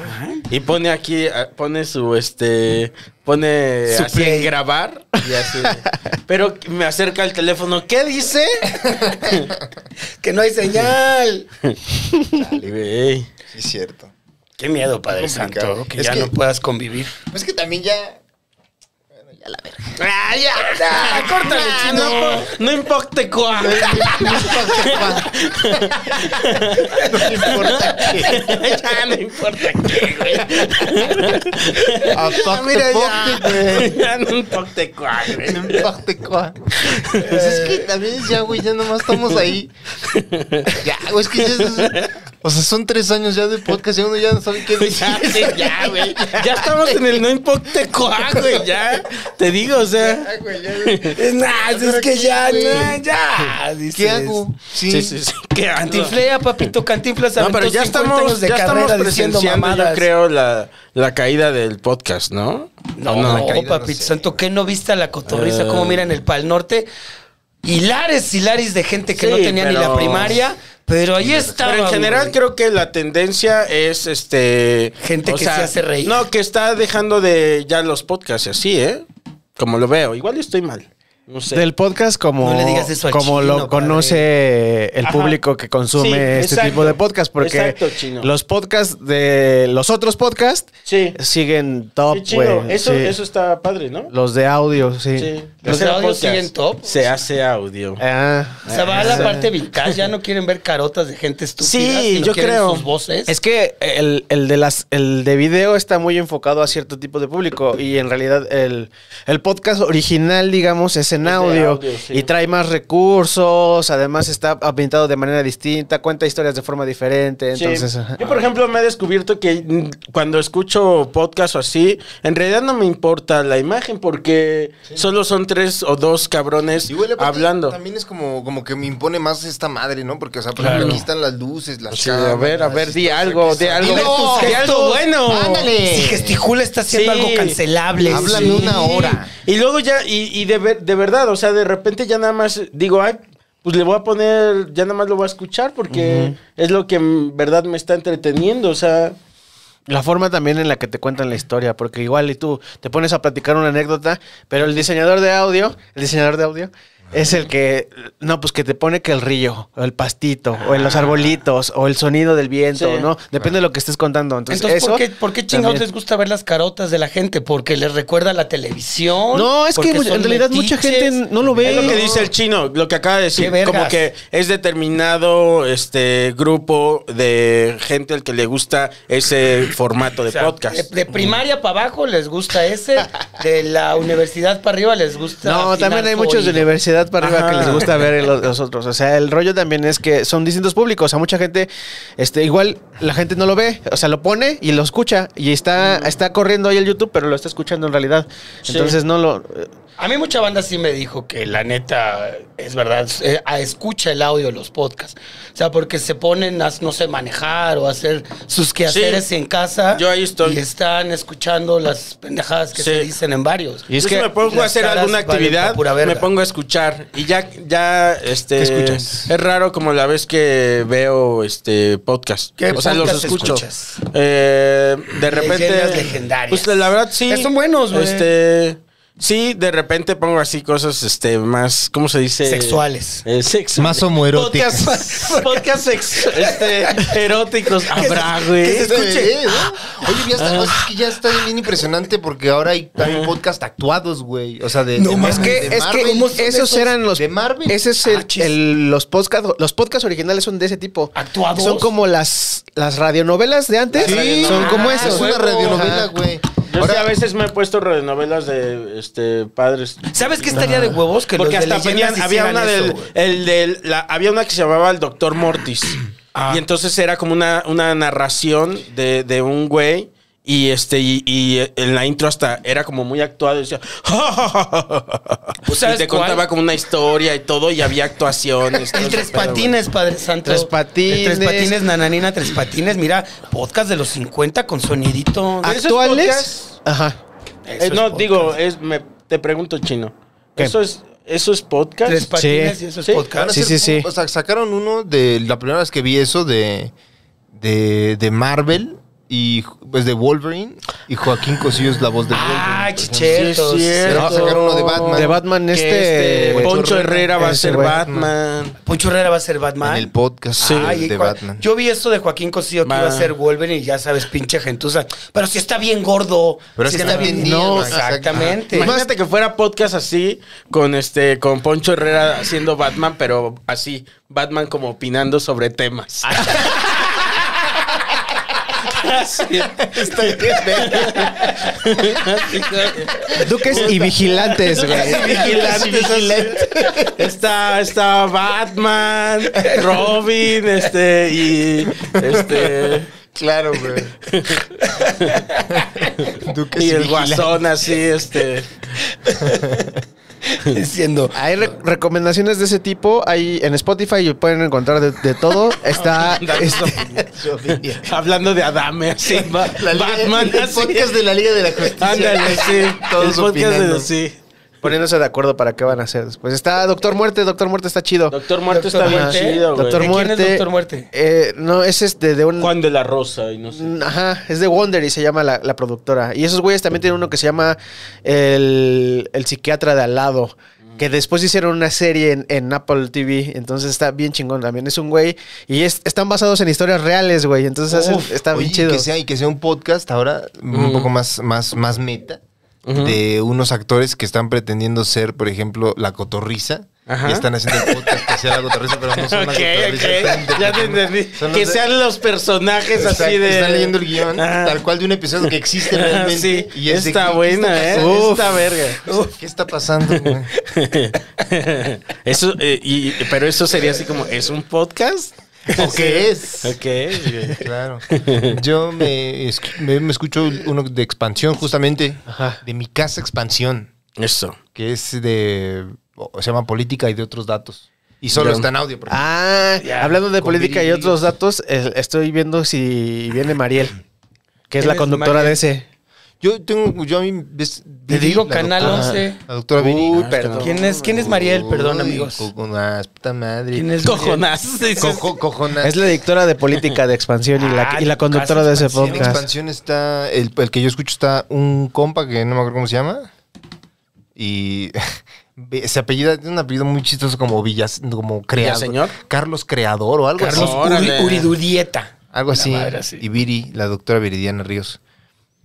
Y pone aquí, ah, pone su este, pone Su así en play. grabar. y así. Pero me acerca el teléfono. ¿Qué dice? Que no hay señal. Dale, güey. Sí, es cierto. Qué miedo, Padre complicado. Santo, que Es ya que- no puedas convivir. Pues que también ya. ¡Ah, ya! ¡Córtale, chino! Ah, No importa cuá. No importa qué. *laughs* ya no importa qué, A fuck the fuck, güey. güey. Ah, Ya no importa cuá, güey. No importa cuá. Pues es que también es ya, güey, ya nomás estamos ahí. Ya, güey, es que ya es- O sea, son tres años ya de podcast, ya uno ya no sabe qué decir. Pues Ya, sí, ya, güey. Ya estamos en el no importa cuá, güey. Ya. Te digo, o sea. Ah, Ya, güey, ya. Nah, es que ya, güey. nah, ya. ¿Qué dices. hago? Sí, sí, sí. Ah, *laughs* Qué Cantinflea, papito, Cantinflas No, pero aventó ya 50 estamos, años de ya estamos carrera diciendo presenciando, yo mamadas. creo, la, la caída del podcast, ¿no? No, ¿O no, caída, papito no sé. santo, ¿qué no viste a la cotorriza? Eh. ¿Cómo miran el Pal Norte? Hilares, hilares de gente que no Sí, tenía ni pero- la primaria, pero ahí está. Pero en general creo que la tendencia es este Gente que se hace reír. No, que está dejando de ya los podcasts y así, ¿eh? Como lo veo, igual estoy mal. No sé. Del podcast como, No le digas eso al como chino, lo conoce el Ajá. público que consume Sí, este exacto. tipo de podcast, porque Exacto, chino. los podcasts de los otros podcasts sí. siguen top, Sí, chido. güey. eso sí. eso está padre, ¿no? Los de audio, sí. Sí. Los Hacer audios podcast. siguen top. Se hace audio. Ah. O sea, va a la Sí. parte vintage, ya no quieren ver carotas de gente estúpida. Sí, sino yo quieren creo. Sus voces. Es que el, el de las, el de video está muy enfocado a cierto tipo de público y en realidad el, el podcast original, digamos, es en de audio, audio, sí. y trae más recursos, además está ambientado de manera distinta, cuenta historias de forma diferente, Sí. entonces... ajá. Yo, por ejemplo, me he descubierto que mm, cuando escucho podcast o así, en realidad no me importa la imagen porque solo son tres o dos cabrones Y güey, aparte, hablando. También es como, como que me impone más esta madre, ¿no? Porque, o sea, por Claro. ejemplo, aquí están las luces, las Sí, a ver, a ver, di algo, di algo. Dime tus di gestos. algo bueno. Si gesticula está haciendo Sí. algo cancelable. Háblame una hora. Y luego ya, y, y de, ver- de verdad, o sea, de repente ya nada más digo, ay, pues le voy a poner, ya nada más lo voy a escuchar porque es lo que en verdad me está entreteniendo, o sea. La forma también en la que te cuentan la historia, porque igual y tú te pones a platicar una anécdota, pero el diseñador de audio, el diseñador de audio es el que, no, pues que te pone que el río, o el pastito, o en los Ah. arbolitos, o el sonido del viento, Sí. ¿no? Depende de lo que estés contando. Entonces, Entonces, eso ¿por qué, por qué chingados también. les gusta ver las carotas de la gente? ¿Porque les recuerda la televisión? No, es que ¿Porque en son realidad mucha gente metiches? no lo ve. Es lo que dice el chino, lo que acaba de decir. Qué vergas. Como que es determinado este grupo de gente al que le gusta ese formato de O sea, podcast. De, de primaria para abajo les gusta ese, de la universidad para arriba les gusta. No, Final también hay muchos de Fourier. universidad para arriba que Ajá. les gusta ver los, los otros. O sea, el rollo también es que son distintos públicos. A mucha gente, este, igual la gente no lo ve, o sea, lo pone y lo escucha y está, está corriendo ahí el YouTube, pero lo está escuchando en realidad. Sí. Entonces no lo. eh, A mí mucha banda sí me dijo que la neta es verdad, eh, a- escucha el audio de los podcasts. O sea, porque se ponen a, no sé, manejar o hacer sus quehaceres en casa. Yo ahí estoy. Y están escuchando las pendejadas que Sí. se dicen en varios. Y es Yo que si me pongo a las hacer caras alguna valen pa' actividad, pura verga. me pongo a escuchar y ya ya este ¿Qué escuchas? es raro como la vez que veo este podcast. ¿Qué o sea, los podcast escucho. escuchas? Eh, de repente Leyendas legendarias. Pues la verdad sí. Son buenos, güey. Este sí, de repente pongo así cosas este más ¿cómo se dice? Sexuales. Eh, sexuales. Más *laughs* homoeróticas. Podcast, podcast sex- *laughs* este, eróticos. Habrá, Que güey. se escuche. Ah, Oye, ya está, es que ya está bien impresionante porque ahora hay, hay podcast actuados, güey. O sea, de. No, de es Marvel, que- de es que Marvel, Ah, como son de esos esos eran los De Marvel. Ese es el, Ah, chis. el- los podcasts, los podcasts originales son de ese tipo. ¿Actuados? Son como las, las radionovelas de antes. Sí. son como Ah, esos. Es una radionovela, Ajá. güey. Yo sí, a veces me he puesto radionovelas de este padres. ¿Sabes qué estaría de huevos? Que Porque los de hasta leyendas ponían, había hicieran una eso, del, güey. el del- la- había una que se llamaba el *clears throat* Doctor Mortis. Ah. Y entonces era como una, una narración de, de un güey. Y este, y, y en la intro hasta era como muy actuado. Y *laughs* decía, *laughs* Pues, y ¿sabes te cuál? contaba como una historia y todo, y había *laughs* actuaciones. El todo Tres ese pedo, güey. Patines, Padre Santo. Tres Patines. El Tres Patines, Nananina, Tres Patines. Mira, podcast de los 50 con sonidito. Ah, esos Actuales. podcasts- Ajá. Eso Eh, es no, podcast. digo, es, me, te pregunto, Chino. ¿Qué? ¿Eso es, ¿Eso es podcast? Tres Patines Sí. y eso es Sí. Van a podcast. Sí, sí, ser- sí. O sea, sacaron uno de la primera vez que vi eso de, de, de Marvel y pues de Wolverine y Joaquín Cosillo es la voz de Wolverine. Ah, Sí, chichetos. es cierto. Pero va a sacar uno de Batman. De Batman Que este... este, Poncho Herrera va a ese ser güey. *laughs* Batman. Poncho Herrera va a ser Batman. En el podcast Ay, de cua- Batman. Yo vi esto de Joaquín Cosillo que Va. iba a ser Wolverine y ya sabes, pinche gentuza. Pero si está bien gordo. Pero si es que está bien No, niño, exactamente. Imagínate que fuera podcast así, con este, con Poncho Herrera haciendo Batman, pero así, Batman como opinando sobre temas. Ah, Así. Duques y vigilantes, *laughs* güey. Vigilantes, así. Está, está Batman, Robin, este, y este. *laughs* Claro, güey. Duques Y y el vigilantes. guasón así, este. diciendo. Hay re- recomendaciones de ese tipo. Hay en Spotify y pueden encontrar de, de *laughs* todo. Está. este- Hablando de Adame, así. Ba- La Liga- Batman, el así. podcast de la Liga de la Justicia. Ándale, sí. el Todos podcast opinando. de- sí. poniéndose de acuerdo para qué van a hacer después. Está Doctor Muerte. Doctor Muerte está chido. Doctor Muerte Doctor está bien ¿eh? Muerte. chido, güey. Doctor ¿De quién es Doctor Muerte? Eh, no, es este de un. Juan de la Rosa y no *laughs* sé. Mm, Ajá, es de Wonder y se llama la, la productora. Y esos güeyes también tienen uno que se llama El, el psiquiatra de al lado. Que después hicieron una serie en, en Apple TV. Entonces está bien chingón también. Es un güey. Y es- están basados en historias reales, güey. Entonces hacen- Uf, está oye, bien y chido. Que sea, y que sea un podcast ahora un poco más, más, más meta de unos actores que están pretendiendo ser, por ejemplo, la cotorriza. Ajá. y están haciendo el podcast que sea algo terrorista, pero no son *laughs* Ok, las guitarristas, están ok. Ya te interpretando- entendí. son los Que de- sean los personajes Está- así de. Ah. Están leyendo el guión Ajá. tal cual de un episodio que existe Ah, realmente. sí. y es de Está que- buena, ¿qué ¿eh? está pasando? Está verga. ¿Qué está pasando? güey? *laughs* eso, eh, y, pero eso sería así como: ¿es un podcast? *laughs* ¿O qué es? Ok. güey. *laughs* Claro. Yo me, es- me, me escucho uno de expansión, justamente. Ajá. De mi casa expansión, Eso. que es de. o- se llama política y de otros datos. Y solo Ya. está en audio, por ejemplo. Ah, Ya, hablando de con política y Viri. otros datos, eh, estoy viendo si viene Mariel, que es ¿Quién la es conductora Mariel? de ese. Yo tengo. Yo a mí. ves- Te Viri, digo la Canal doctora- 11. La doctora Viri. Uy, Ah, perdón. ¿Quién es, quién es Mariel? Perdón, Uy, amigos. Cojonas, puta madre. ¿Quién es Mariel? Cojonas. Cojo- cojonas. Es la directora de política de expansión y la, Ah, y la tu conductora casa de ese expansión. En podcast. expansión está. El, el que yo escucho está un compa que no me acuerdo cómo se llama. Y. *laughs* Se apellida, tiene un apellido muy chistoso como Villas, como creador. ¿Villaseñor? Carlos Creador o algo Carlos así. Órale. Uri- Uridulieta. Algo así. madre, sí. Y Viri, la doctora Viridiana Ríos.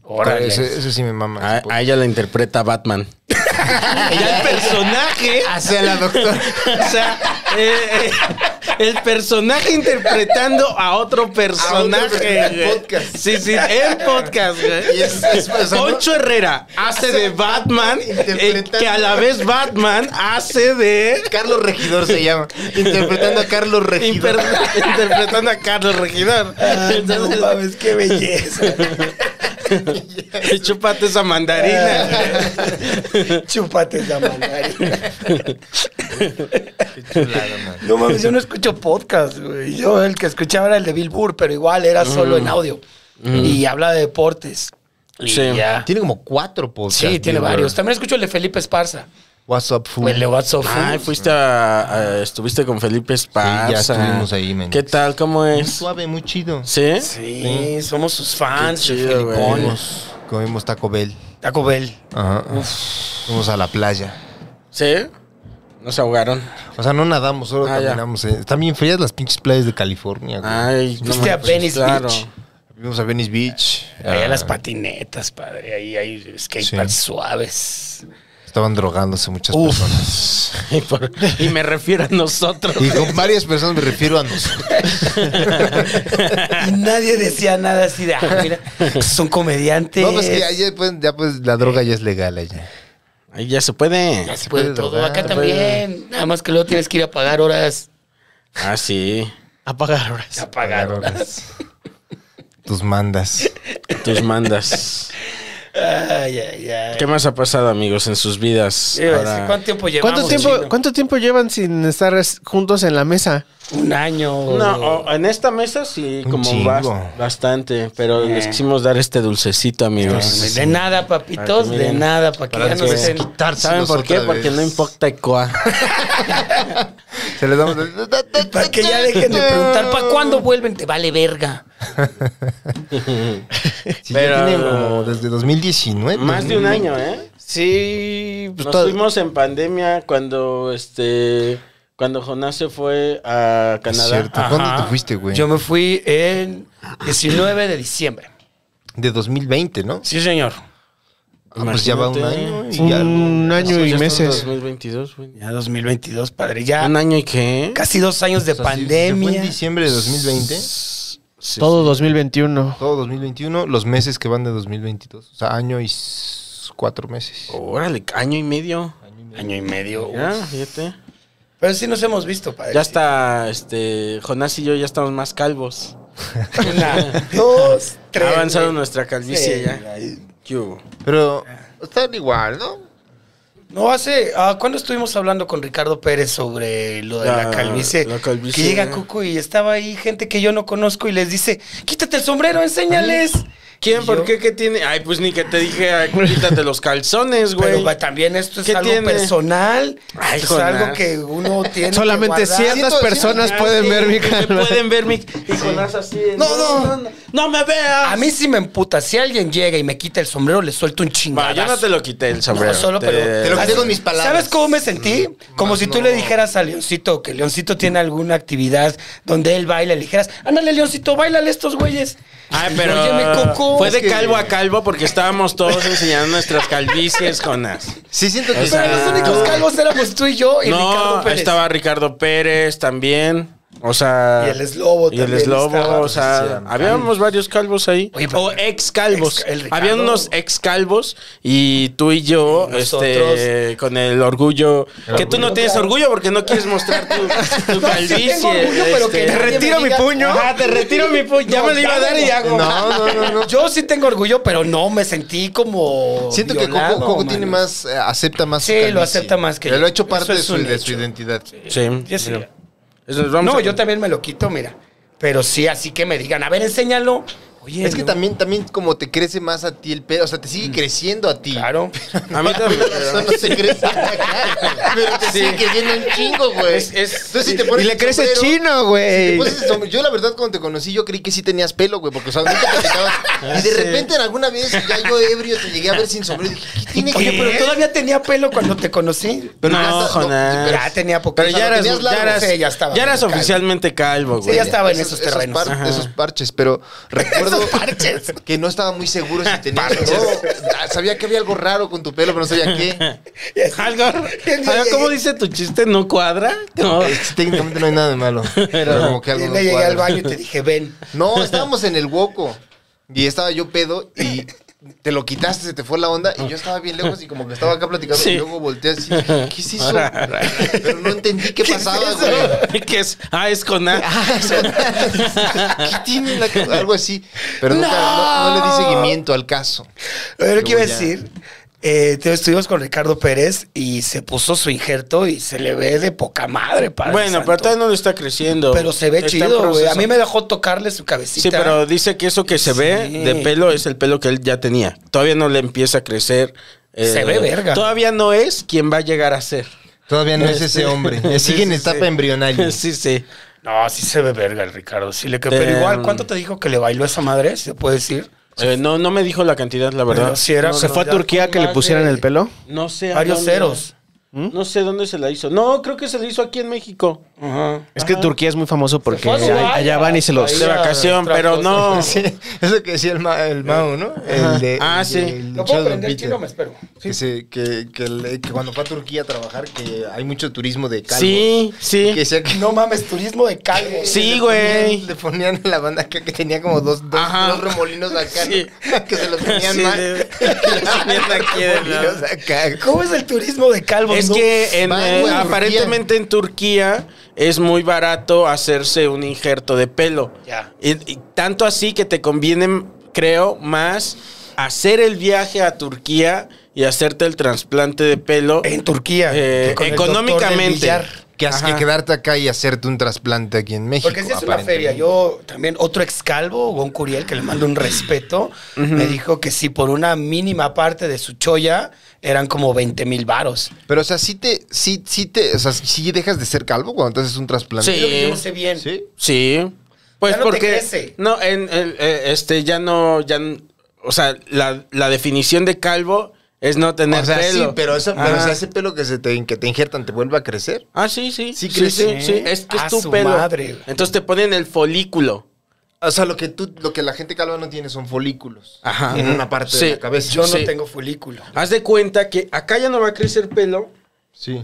Órale. Ah, Ese, ese sí me mama. A, ese *laughs* a ella la interpreta Batman. Ya el *laughs* personaje. Hace a la doctora. O sea, eh, eh, el personaje interpretando a otro personaje. en güey. podcast. Sí, sí, en podcast, güey. Y es- es- o sea, no- Poncho Herrera hace de Batman, eh, Interpretando. que a la vez Batman hace de. Carlos Regidor se llama. Interpretando a Carlos Regidor. Ah, Imper- *laughs* interpretando a Carlos Regidor. Entonces, Ah, mames, qué *laughs* belleza. Chúpate esa mandarina. Chúpate esa mandarina. Qué chulada, man. No mames, yo *laughs* no escucho podcast, güey. Yo el que escuchaba era el de Bill Burr, pero igual era solo en audio. Y habla de deportes. *laughs* Y *laughs* Sí. ya. Tiene como cuatro podcasts. Sí, tiene Bieber. varios. También escucho el de Felipe Esparza. What's up, fool? El de WhatsApp. Ay, fuiste a, a- Estuviste con Felipe Esparza. Sí, ya estuvimos ahí, men. ¿Qué tal? ¿Cómo Muy es? suave, muy chido. ¿Sí? Sí, somos sus fans. Qué chido, Felipón. güey. Comimos, comimos Taco Bell. Taco Bell. Ajá. Fuimos a la playa. ¿Sí? Nos ahogaron. O sea, no nadamos, solo Ah, ya. Ah. caminamos. eh. Están bien frías las pinches playas de California. güey. Ay, Fuiste me- a Venice claro. Beach. Fuimos a Venice Beach. Allá Ah, las patinetas, padre. Ahí hay skateparks suaves. Estaban drogándose muchas Uf. personas. Y, por- y me refiero a nosotros. Y con varias personas me refiero a nosotros. y nadie decía nada así de, ah, mira, son comediantes. No, pues que allá, pues, ya pues la droga ya es legal allá. Ahí ya se puede. Ya se puede puede pues todo. drogar, Acá se también. Nada más que luego tienes que ir a pagar horas. Ah, sí. Apagar horas. A pagar horas. Tus mandas. Tus mandas. Ay, ay, ay. ¿Qué más ha pasado, amigos, en sus vidas? Iba a decir, Ahora- ¿Cuánto tiempo llevamos? ¿Cuánto tiempo, chino? ¿Cuánto tiempo llevan sin estar es- juntos en la mesa? Un año. No, oh, o- en esta mesa sí, Un como chingo. bas- bastante, pero les quisimos dar este dulcecito, amigos. De nada, Para que papitos, de miren. nada, para que Para ya no que- estén. ¿Saben por qué? otra Porque vez. no importa cuá. Se les damos. *laughs* *laughs* Para que ya dejen de preguntar, ¿para cuándo vuelven? Te vale verga. Sí, Pero- ya tiene como desde 2019. Más de un año, ¿eh? Sí, pues Nos todo- fuimos en pandemia cuando este cuando Jonás se fue a Es Canadá. cierto. Ah, ¿Cuándo Ajá. te fuiste, güey? Yo me fui el 19 de diciembre. De 2020, ¿no? Sí, señor. Ah, pues ya va un Imagínate. año y ya un eso año ya y está en meses. 2022, güey. Ya 2022, padre. Ya ¿Un año y qué? casi dos años de O sea, si- si fue en pandemia. diciembre de 2020, Sí. Todo 2021. todo 2021, los meses que van de 2022. O sea, año y s- cuatro meses. Órale, año y medio. Año y medio. uf. Ya, fíjate. Pero sí nos hemos visto, padre. Ya está, este, Jonás y yo ya estamos más calvos. *laughs* *laughs* Una, dos, tres. Ha avanzado güey. nuestra calvicie Sí, ya. ¿Qué hubo? Pero están igual, ¿no? No, hace. ah, ¿Cuándo estuvimos hablando con Ricardo Pérez sobre lo de la, La- calvicie? la calvicie, Que llega ¿no? Cuco y estaba ahí gente que yo no conozco y les dice: Quítate el sombrero, enséñales. ¿Quién? Y ¿Por yo, qué? ¿Qué tiene? Ay, pues ni que te dije, ay, quítate los calzones, Pero pues, güey. va, también esto es ¿Qué algo tiene? personal. Ay, es Jonás. algo que uno tiene. que Solamente guardar. ciertas personas pueden ver mi Ah, que calva. Pueden ver mi. Y Jonás así. No, Ah, no. ¡No me veas! A mí sí me emputa. Si alguien llega y me quita el sombrero, le suelto un Va, chingadazo. yo no te lo quité el sombrero. No, solo, pero. Te lo quité Así- con mis palabras. ¿Sabes cómo me sentí? Mm, Como Más si tú no. le dijeras a Leoncito que Leoncito tiene alguna actividad donde él baila, le dijeras, ándale, Leoncito, bailale estos güeyes. Ay, Y, Ah, pero Oye, me coco. fue Es que- de calvo a calvo porque estábamos todos enseñando nuestras calvicies, Jonas. Sí, siento que. O sea, Pero los Ah. únicos calvos éramos tú y yo y Ricardo No, Pérez. *laughs* estaba Ricardo Pérez también. O sea. Y el eslobo Y el también eslobo, estaba. pues, o sea. Habíamos varios calvos ahí. Oye, pero- o ex calvos. Ex- el Ricardo- Había unos ex calvos y tú y yo, Nosotros- este, con el orgullo. que tú no tienes orgullo porque no quieres *laughs* mostrar tu, tu No, sí calvicie. tengo orgullo, pero que este. nadie me retiro mi diga- puño. Ajá, te retiro mi puño. *laughs* Ya *laughs* No, me lo iba a dar dámelo. y ya. como- No, no, no, no. Yo sí tengo orgullo, pero no me sentí como. Siento que violado, Coco, Coco tiene mano. más, eh, acepta más. su Sí, lo calvicie. acepta más que Pero yo. Lo ha hecho Eso parte de es su, un de su hecho. identidad. Sí. Ya sí. mira. Eso, vamos No, a- yo también me lo quito, mira. Pero sí, así que me digan, a ver, enséñalo. Oye, Es que no. también, también como te crece más a ti el pelo, o sea, te sigue creciendo a ti. Mm. Claro. *laughs* A mí *laughs* también. pero- Eso no se crece acá, pero te sigue creciendo un chingo, güey. Es- es- Entonces, si te Y pones le el crece sombrero- chino, Te güey. Pues pones el sombrero. Yo la verdad cuando te conocí yo creí que sí tenías pelo, güey, porque o sea, nunca te *laughs* quitabas. Ah, Y de repente en alguna vez ya yo ebrio te llegué a ver sin sombrero y dije, ¿qué tiene que Oye, pero todavía tenía pelo cuando te conocí. Pero ya no, está- no, Jonás. pero- ya tenía poquito. Ah, Pero ya eras, tenías ya largo, eras, sí, ya estaba. ya eras Calvo. *laughs* oficialmente calvo, Sí, güey. ya estaba en esos terrenos. par- Ajá. esos parches, pero recuerdo Esos parches. que no estaba muy seguro si tenía no, Sabía que había algo raro con tu pelo, pero no sabía *laughs* qué. Algo- algo- ¿Cómo dice tu chiste? ¿No cuadra? No. *laughs* Sí, técnicamente no hay nada de malo. Pero como Y que algo no le llegué al cuadra. baño y te dije, ven. No, estábamos en el hueco. Y estaba yo pedo y te lo quitaste, se te fue la onda. Y yo estaba bien lejos y como que estaba acá platicando. Sí. Y luego volteé así. ¿Qué es eso? Pero no entendí qué, pasaba, es güey. ¿Qué es? Ah, es con A. Ah, eso- ¿Qué tiene la ca- Algo así. Pero nunca, no. no le di seguimiento al caso. A ver, ¿qué iba a ya. decir? Eh, te- estuvimos con Ricardo Pérez y se puso su injerto y se le ve de poca madre, padre. bueno, santo. pero todavía no lo está creciendo. Pero se ve Está en chido, güey. A proceso. mí me dejó tocarle su cabecita. Sí, pero dice que eso que se ve Sí. de pelo es el pelo que él ya tenía. Todavía no le empieza a crecer. eh, Se ve verga. Todavía no es quien va a llegar a ser. Este, Todavía no es ese *laughs* hombre. Sí, Sigue en sí, etapa sí. *laughs* embrionaria. Sí, sí. No, sí se ve verga el Ricardo. Sí le quedó. Pero Eh, igual, ¿cuánto te dijo que le bailó esa madre? ¿Se puede decir? Eh, no, no me dijo la cantidad, la verdad. Pero sí era- No, ¿Se no, fue a ya Turquía con que le más pusieran de- el pelo? No sé. a Varios dónde. ceros. No sé dónde se la hizo. No, creo que se la hizo aquí en México. Ajá. Es que Turquía es muy famoso porque fue a Dubái, a- allá van y se los... De vacación, pero no. *laughs* Sí, es lo que decía el, Ma- el Mao, ¿no? El de, Ah, el sí. de- el ¿Lo show puedo de prender Peter. chino? Me espero. Que, se- que- que le- que cuando fue a Turquía a trabajar, que hay mucho turismo de calvo. Sí, Y sí. Que decía que No mames, turismo de calvo. Sí, le güey. ponían- Le ponían en la banda acá que tenía como dos, dos, Ajá. dos remolinos acá. Sí. ¿no? *laughs* Que se los tenían Sí, mal. *laughs* *laughs* de- Que los tenían de aquí de remolinos lado. acá. ¿Cómo es el turismo de calvo? Es no? que en, Van, eh, güey, a aparentemente en Turquía es muy barato hacerse un injerto de pelo. Ya. Y, y tanto así que te conviene, creo, más hacer el viaje a Turquía y hacerte el trasplante de pelo. En Turquía. Eh, que con el económicamente. doctor del billar. Que, has- que Ajá. quedarte acá y hacerte un trasplante aquí en México. Porque si es una aparentemente. feria. Yo también, otro ex calvo, Gon Curiel, que le mando un respeto, me dijo que si por una mínima parte de su choya eran como 20 mil varos. Pero, o sea, sí te, sí, sí te, o sea, sí dejas de ser calvo cuando te haces un trasplante. Sí. Yo que yo no sé bien. ¿Sí? Sí. Pues Ya no te porque. crece. no, en, en- eh, este ya no. Ya, n- o sea, la, la definición de calvo es no tener O sea, pelo. sí, pero, eso, pero Ajá. o sea, ese pelo que, se te, que te injertan te vuelve a crecer. Ah, sí, sí. Sí Sí, sí, crece. sí, Es que A es tu su pelo. madre, güey. Entonces te ponen el folículo. O sea, lo que tú, lo que la gente calva no tiene son folículos. Ajá. En una parte Sí. de la cabeza. Yo no Sí. tengo folículo. Haz de cuenta que acá ya no va a crecer pelo Sí.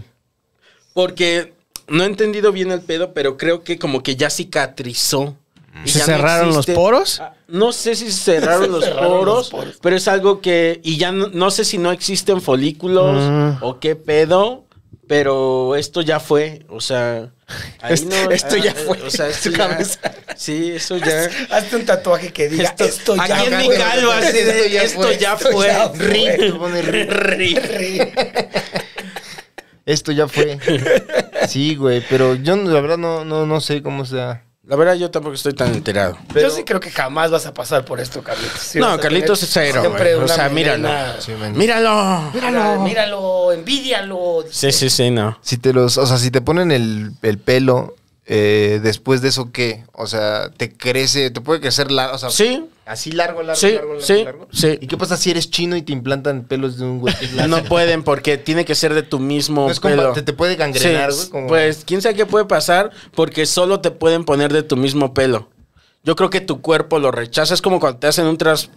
porque no he entendido bien el pedo, pero creo que como que ya cicatrizó. Y Mm. ¿Se ya no cerraron los existe. poros? Ah, No sé si se *laughs* cerraron, los, cerraron los poros, poros. pero es algo que... Y ya no, no sé si no existen folículos Mm. o qué pedo, pero esto ya fue, o sea... ahí ah, eh, Esto- Este, esto ya fue, O sea, esto tu ya- cabeza. Sí, eso ya... *laughs* Hazte un tatuaje que diga esto, Esto- ya aquí en mi fue. calva, así de, esto ya fue. Ri, tú pones ri. Esto *laughs* ya fue. Sí, güey, pero yo no- la verdad no, no, no sé cómo sea. La verdad yo tampoco estoy tan enterado. Yo sí creo que jamás vas a pasar por esto, Carlitos. Sí vas no, a Carlitos es tener cero. siempre güey. O una sea, míralo. melena. Sí, man. Míralo. Míralo, míralo, envidialo. Sí, sí, sí, no. Si te los, o sea, si te ponen el, el pelo, eh, después de eso, ¿qué? O sea, te crece, te puede crecer largo, o sea, Sí, así largo, largo, Sí, largo, largo, sí, largo. sí. ¿Y qué pasa si eres chino y te implantan pelos de un güey? *laughs* no pueden porque tiene que ser de tu mismo No es como- pelo. te, te puede gangrenar, Sí, güey. como- Pues quién sabe qué puede pasar porque solo te pueden poner de tu mismo pelo. Yo creo que tu cuerpo lo rechaza. Es como cuando te hacen un tras...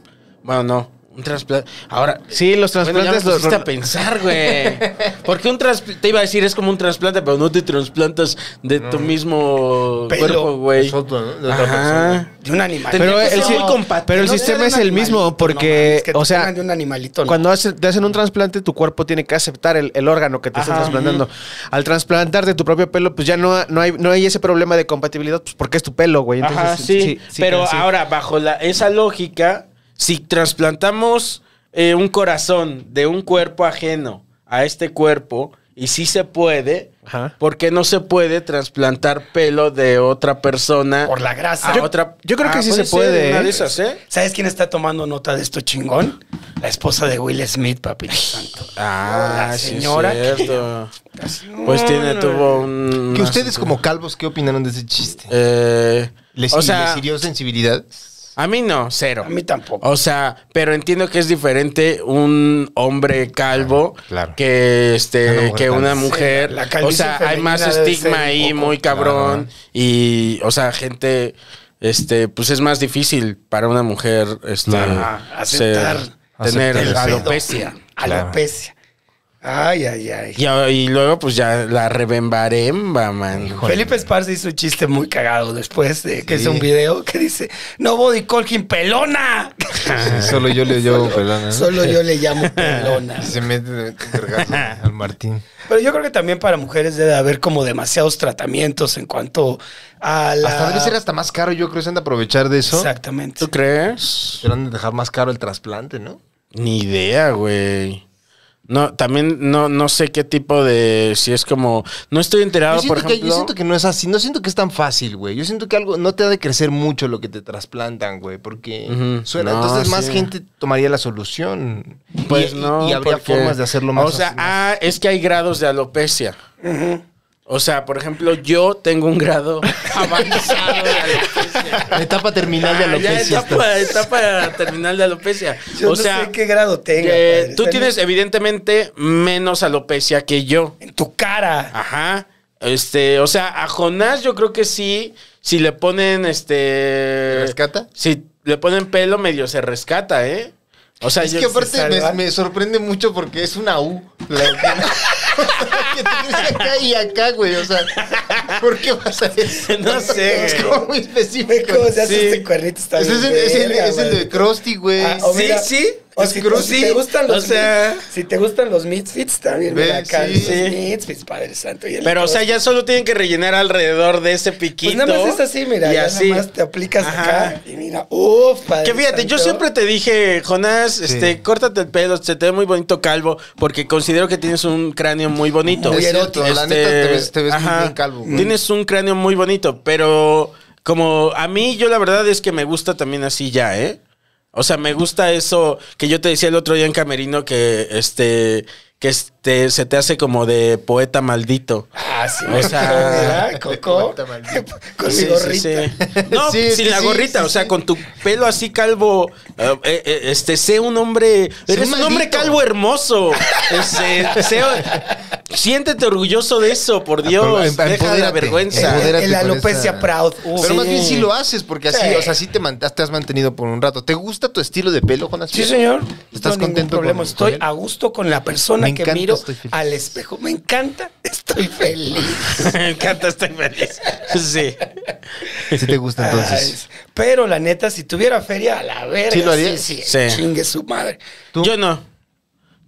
Bueno, no. Un trasplante. Ahora... Sí, los bueno, ya me trasplantes los- pusiste a pensar, güey. Porque un trasplante... Te iba a decir, es como un trasplante, pero no te trasplantas de tu mismo Pelo. cuerpo, güey. Es otro, ¿no? De otra persona. Ajá. De un animal. Pero Tendría que el, ser si- muy compatible. pero el No, sistema de es un el mismo, animalito, no porque, mames, que o te sea, pongan de un animalito. ¿no? cuando hace- te hacen un trasplante, tu cuerpo tiene que aceptar el, el órgano que te están Ajá. trasplantando. Al trasplantar de tu propio pelo, pues ya no, ha- no, hay, no hay ese problema de compatibilidad, pues porque es tu pelo, güey. Entonces, Ajá, sí, pero sí. ahora, bajo la, esa lógica, si trasplantamos eh, un corazón de un cuerpo ajeno a este cuerpo, y sí se puede, Ajá. ¿por qué no se puede trasplantar pelo de otra persona Por la a grasa. otra? Ah, yo creo que sí se ser puede, una ¿eh? de esas, ¿eh? ¿Sabes quién está tomando nota de esto chingón? La esposa de Will Smith, papi *laughs* santo. Ah, La sí, señora es cierto. Pues Mm. tiene, tuvo un... Que ustedes como calvos, ¿qué opinaron de ese chiste? Eh, ¿Les, o sea, les *laughs* hirió sensibilidad? a mí no, cero. A mí tampoco. O sea, pero entiendo que es diferente un hombre calvo Claro, claro. que este Una mujer que una calva. mujer. Sí, la o calvicie sea, hay femenina más debe ser estigma un ahí poco- muy cabrón y o sea, gente este pues es más difícil para una mujer este Ajá, Ah, aceptar. ser- tener Aceptar el pedo. alopecia. Alopecia. Ay, ay, ay. Y, y luego pues ya la rebembaremba, man. Felipe Esparza hizo un chiste muy cagado después de que Sí. hizo un video que dice, no body colging *laughs* pelona. Solo yo le llevo pelona. Solo yo le llamo *laughs* pelona. *laughs* Se mete de- un vergazo al Martín. Pero yo creo que también para mujeres debe haber como demasiados tratamientos en cuanto a la... Hasta debe ser hasta más caro, yo creo que se han de aprovechar de eso. Exacto. Exactamente. ¿Tú crees? Pero han de dejar más caro el trasplante, ¿no? Ni idea, güey. No, también no, no sé qué tipo de. Si es como. No estoy enterado, Yo siento, por que, yo ejemplo. siento que no es así, no siento que es tan fácil, güey. Yo siento que algo no te ha de crecer mucho lo que te trasplantan, güey, porque Ujú. suena. No, entonces más sí. gente tomaría la solución. Pues Y- y- no. Y, habría porque- formas de hacerlo más. O sea, así, más- ah, es que hay grados de alopecia. O sea, por ejemplo, yo tengo un *laughs* grado avanzado de alopecia. La *laughs* etapa terminal de Ah, ya alopecia. etapa, etapa terminal de alopecia. Yo o no sea, sé qué grado tenga. que padre. tú Está en- tienes evidentemente menos alopecia que yo. En tu cara. Ajá. Este, o sea, a Jonás yo creo que sí. Si le ponen este. ¿Rescata? Si le ponen pelo, medio se rescata, ¿eh? O sea, Es yo- que se aparte me, salva. me sorprende mucho porque es una U. La *laughs* que tienes acá y acá, güey. O sea, ¿por qué vas a eso? *laughs* No sé, *laughs* Es güey. como muy Ve específico. cómo se hace Sí. este cuernito. Está Ese es, bien el, es el- verga, es el güey. de Krusty, güey. Ah, o Sí, mira, sí, O es si, cruz, o si sí. te gustan los O sea- mid- si te gustan los midfits también, Ve, mira acá, sí. los Sí. midfits, Padre Santo. y el Pero, o sea, cruz. ya solo tienen que rellenar alrededor de ese piquito. Pues nada más es así, mira, Y ya así. nada más te aplicas Ajá. acá y mira, uff, Padre Que fíjate, yo Santo. siempre te dije, Jonás, este, córtate el pelo, se te ve muy bonito calvo, porque considero que tienes un cráneo muy bonito. Es cierto, la neta te ves- te ves muy ajá, bien calvo, güey. Tienes un cráneo muy bonito, pero como a mí, yo la verdad es que me gusta también así ya, ¿eh? O sea, me gusta eso que yo te decía el otro día en Camerino que este que este se te hace como de poeta maldito. Ah, sí, O sea, *laughs* mira, *laughs* Coco, Puta maldita. *laughs* con mi Sí, sí, gorrita. sí. *laughs* No, Sí, sin sí, la sí, gorrita, sí, o sea, sí. con tu pelo así calvo, eh, eh, eh, este, sé un hombre, Sé eres un un, hombre maldito. calvo hermoso. Este, sé- siéntete orgulloso de eso, por Dios, Emp- deja la Ah, empodérate, vergüenza. empodérate. El, Modérate el con alopecia esa- proud. uh, Pero sí. más bien si lo haces, porque así, Sí. o sea, sí te, man- te has mantenido por un rato. ¿Te gusta tu estilo de pelo, Jonas? Sí, señor. ¿Estás No, ningún contento problema. con- Estoy con él? a gusto con la persona Me que encanta, miro estoy feliz. al espejo. Me encanta. *laughs* Estoy feliz. *laughs* Me encanta, estoy feliz. Sí. Sí te gusta entonces. *laughs* Ay, pero la neta, si tuviera feria, a la verga. ¿Sí lo harías? Sí, Sí. Chingue su madre. ¿Tú? Yo no.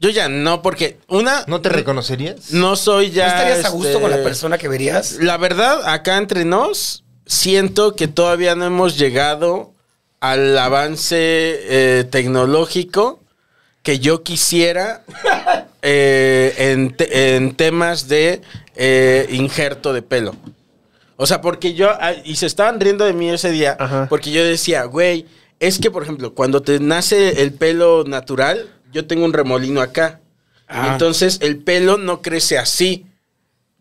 Yo ya no, porque una, no, ¿No te reconocerías? soy ya. ¿No estarías a este, gusto con la persona que verías? La verdad, acá entre nos, siento que todavía no hemos llegado al avance eh, tecnológico que yo quisiera *laughs* eh, en, te- en temas de eh, injerto de pelo. O sea, porque yo, ah, y se estaban riendo de mí ese día, Ajá. porque yo decía, güey, es que, por ejemplo, cuando te nace el pelo natural, yo tengo un remolino acá. Ah. Entonces, el pelo no crece así.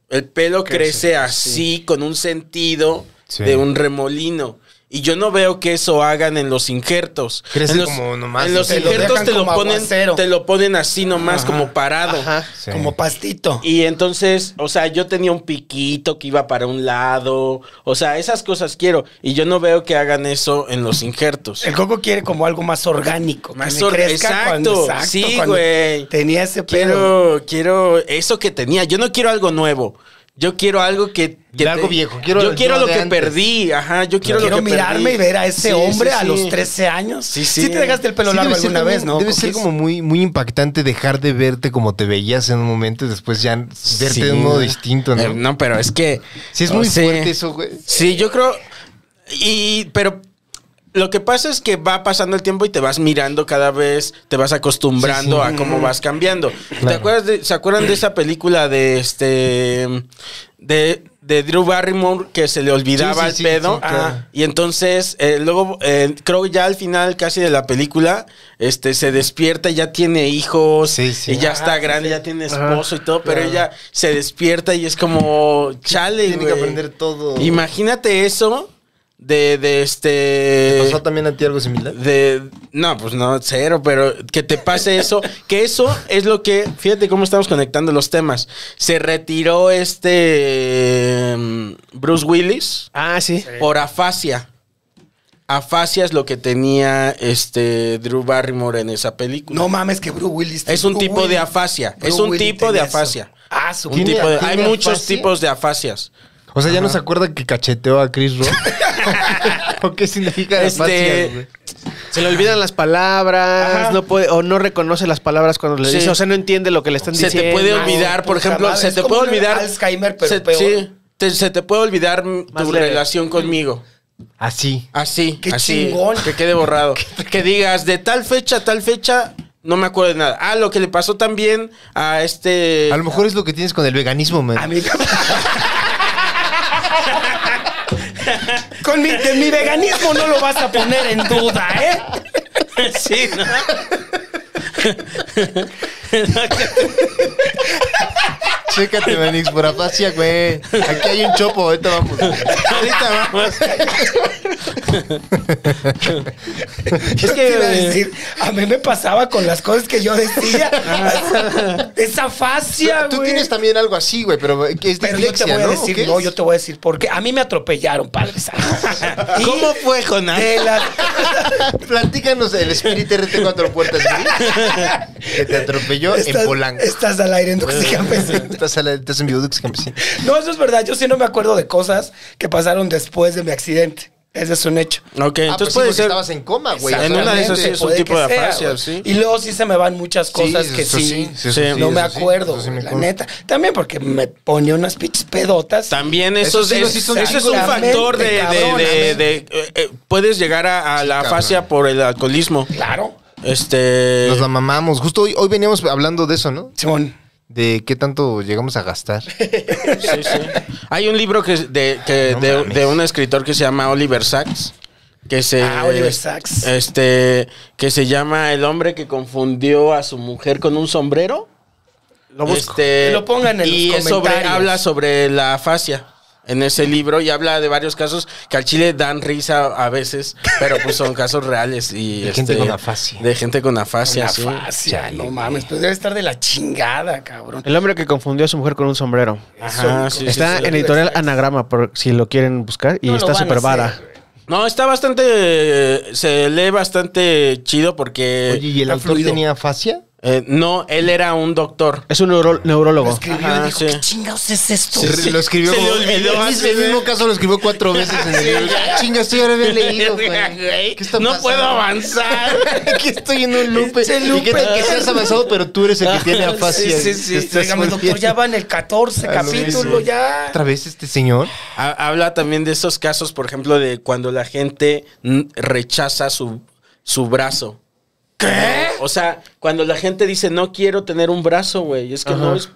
El pelo crece, Crece, así, con un sentido Sí. de un remolino. Y yo no veo que eso hagan en los injertos. Crece en los, como nomás, En los te lo injertos dejan te lo como ponen, aguacero. te lo ponen así nomás, como parado. Ajá. Sí. Como pastito. Y entonces, o sea, yo tenía un piquito que iba para un lado. O sea, esas cosas quiero. Y yo no veo que hagan eso en los injertos. El coco quiere como algo más orgánico. que Más le or- crezca exacto, cuando- sí, cuando güey. Tenía ese pelo. Quiero, quiero eso que tenía. Yo no quiero algo nuevo. Yo quiero algo que. que De algo viejo. Quiero yo el quiero yo lo de que antes. perdí. Ajá. Yo quiero, Quiero, lo que mirarme perdí. y ver a ese Sí, hombre sí, a sí. los 13 años. Sí, sí. te dejaste el pelo Sí, largo debe ser alguna también- vez, ¿no? Debe ser Coquis? como muy, muy impactante dejar de verte como te veías en un momento y después ya verte Sí. de un modo distinto, ¿no? Eh, no, pero es que. sí, es o muy sea, fuerte eso, güey. Sí, yo creo. Y. Pero. Lo que pasa es que va pasando el tiempo y te vas mirando cada vez, te vas acostumbrando Sí, sí. a cómo vas cambiando. ¿Te Claro. acuerdas de- ¿Se acuerdan de esa película de este de, de Drew Barrymore que se le olvidaba Sí, sí, el sí, pedo? sí, claro. Ah, y entonces, eh, luego, eh, creo que ya al final casi de la película, este se despierta y ya tiene hijos, Sí, Ah, sí. y ya Ajá, está grande, ya tiene esposo y todo, pero ella se despierta y es como, chale, Tiene que güey. aprender todo. Imagínate eso de, de este. ¿Pasó también a ti algo similar? de, no, pues no, cero, pero que te pase eso, *laughs* que eso es lo que, fíjate cómo estamos conectando los temas. Se retiró este mm, Bruce Willis Ah, sí. por afasia. Afasia es lo que tenía este Drew Barrymore en esa película. No mames, que Bruce Willis. es un Bruce tipo de Willis- afasia, es Bruce un Willis tipo de tenía eso. afasia. Ah, su Un ¿Tiene- tipo de- hay tiene muchos afasia? tipos de afasias. O sea, ¿ya no se acuerda que cacheteó a *laughs* Chris Rock? ¿O qué significa Este- afasia, güey? Se le olvidan las palabras, Ajá. no puede, o no reconoce las palabras cuando le Sí. dice, o sea, no entiende lo que le están se diciendo. te puede olvidar, por puta ejemplo, madre, se es te como puede un olvidar Alzheimer, pero se, peor. sí, te- se te puede olvidar mm, Más tu leve. relación conmigo. Así. Así, Qué así, chingón. que quede borrado. que digas de tal fecha a tal fecha no me acuerdo de nada. Ah, lo que le pasó también a este A lo mejor es lo que tienes con el veganismo, man. eh, A mí. *laughs* Con mi, de mi veganismo no lo vas a poner en duda, *laughs* ¿eh? sí, ¿no? Chécate, Manix, por afasia, güey. Aquí hay un chopo, ahorita vamos. Ahorita vamos. Es que eh, iba a decir, a mí me pasaba con las cosas que yo decía. *laughs* Esa fascia, Tú güey. tienes también algo así, güey, pero que es Pero yo te dislexia, voy a ¿no? decir, ¿O qué no, es? yo te voy a decir, porque a mí me atropellaron, padre. santo. *laughs* Y ¿Cómo fue, Jonás? de las- Platícanos el Spirit RT Cuatro Puertas Gris que te atropelló estás, en Polanco. estás al aire en Duxi Campesino. Estás, a la- estás en Viaductos Eh, Campesino. No, eso es verdad. Yo sí no me acuerdo de cosas que pasaron después de mi accidente. Ese es un hecho. Ok, Ah, pues entonces sí, puede porque ser estabas en coma, güey. En una de esas sí Exactamente, es un puede tipo que de sea, afasia, güey. sí. Y luego sí se me van muchas cosas que eso sí. sí, eso sí, no me eso sí, acuerdo, eso sí güey, me la acuerdo. neta. También porque me ponía unas pinches pedotas. También Eso eso, sí, es, sí son eso es un exactamente, factor de... de- cabrón, de- amén. de- eh, eh, puedes llegar a, a la cabrón. afasia por el alcoholismo. Claro, Este... Nos la mamamos. Justo hoy, hoy veníamos hablando de eso, ¿no? Simón. De qué tanto llegamos a gastar. Eh, Sí, sí. Hay un libro que, es de, que No de, mames. de un escritor que se llama Oliver Sacks. Que se, Ah, Oliver Sacks. Este, que se llama El hombre que confundió a su mujer con un sombrero. Lo busco. Este, Que lo pongan en y los es sobre- comentarios. habla sobre la afasia en ese libro y habla de varios casos que al chile dan risa a veces, pero pues son casos reales. Y, este, *laughs* De gente con afasia. De gente con afasia, Una sí. fascia, no mames. Pues debe estar de la chingada, cabrón. El hombre que confundió a su mujer con un sombrero. Ajá, sí, sí, está sí. en editorial Anagrama, por si lo quieren buscar, y No lo está van a súper vara. hacer, güey. No, está bastante. Se lee bastante chido porque. Oye, ¿y el ha autor fluido. tenía afasia? eh, no, él era un doctor. Es un neuro- neurólogo. Lo escribió Ajá, y dijo, sí. ¿qué chingados es esto? Sí, *laughs* sí. Lo escribió Se le como- olvidó el, así, mismo, el güey. mismo caso lo escribió cuatro veces en el libro. Ah, Chinga, estoy ahora *laughs* había leído, güey. ¿Qué está no pasando? puedo avanzar. *laughs* Aquí estoy en un loop. Este Y loop. que tal que seas avanzado, pero tú eres el Ah, que tiene afasia. Sí, sí, sí. Estás Dígame, muy doctor, bien. ya van el 14 Ah, lo capítulo, mismo. ya. ¿Otra vez este señor? Ha- Habla también de esos casos, por ejemplo, de cuando la gente mm, rechaza su, su brazo. ¿Qué? O sea, cuando la gente dice no quiero tener un brazo, güey. Es que no es.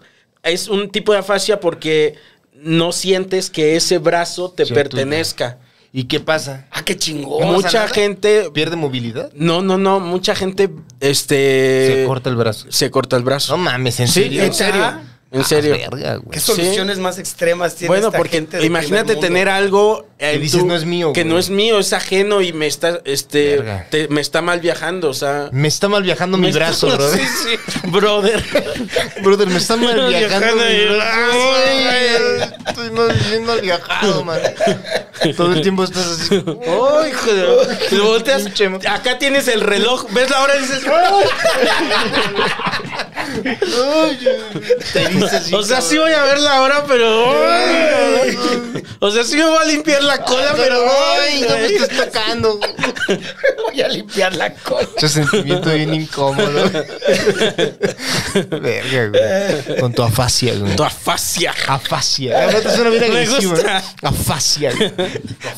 Es un tipo de afasia porque no sientes que ese brazo te Sí, tú- pertenezca. ¿Y qué pasa? Ah, qué chingón. pasa Mucha nada? gente ¿Pierde movilidad? No, no, no. Mucha gente, este... Se corta el brazo. se corta el brazo. No mames, ¿en Sí, serio? en serio. ¿Neta? En serio. Ah, verga, güey. ¿Qué soluciones más extremas tiene Pues Bueno, esta porque gente de imagínate primer mundo? tener algo eh, Que dices, "No es mío, que güey". no es mío, es ajeno y me está, este, Verga. te- me está mal viajando, o *laughs* sea, Me está mal viajando mi me brazo, está- brother. Sí, sí, brother. *laughs* Brother, me está mal *laughs* viajando Viajando mi el brazo. brazo, güey. Estoy mal, bien mal viajado, man. Todo el tiempo estás *laughs* así. *laughs* Oh, hijo *laughs* de... *laughs* Te volteas, Pinche mo- acá tienes el reloj, ves la hora y dices... *laughs* Ay, te dices, O sea, sí voy a ver la hora, pero... ay, O sea, sí me voy a limpiar la cola, pero... Ay, no me ay, estés tocando. *laughs* Voy a limpiar la cola. Mucho sentimiento bien incómodo. Verga, güey. Con tu afasia, güey. Tu afasia. afasia. Además, te suena bien Me agresivo. gusta. ¿eh? Afasia, güey.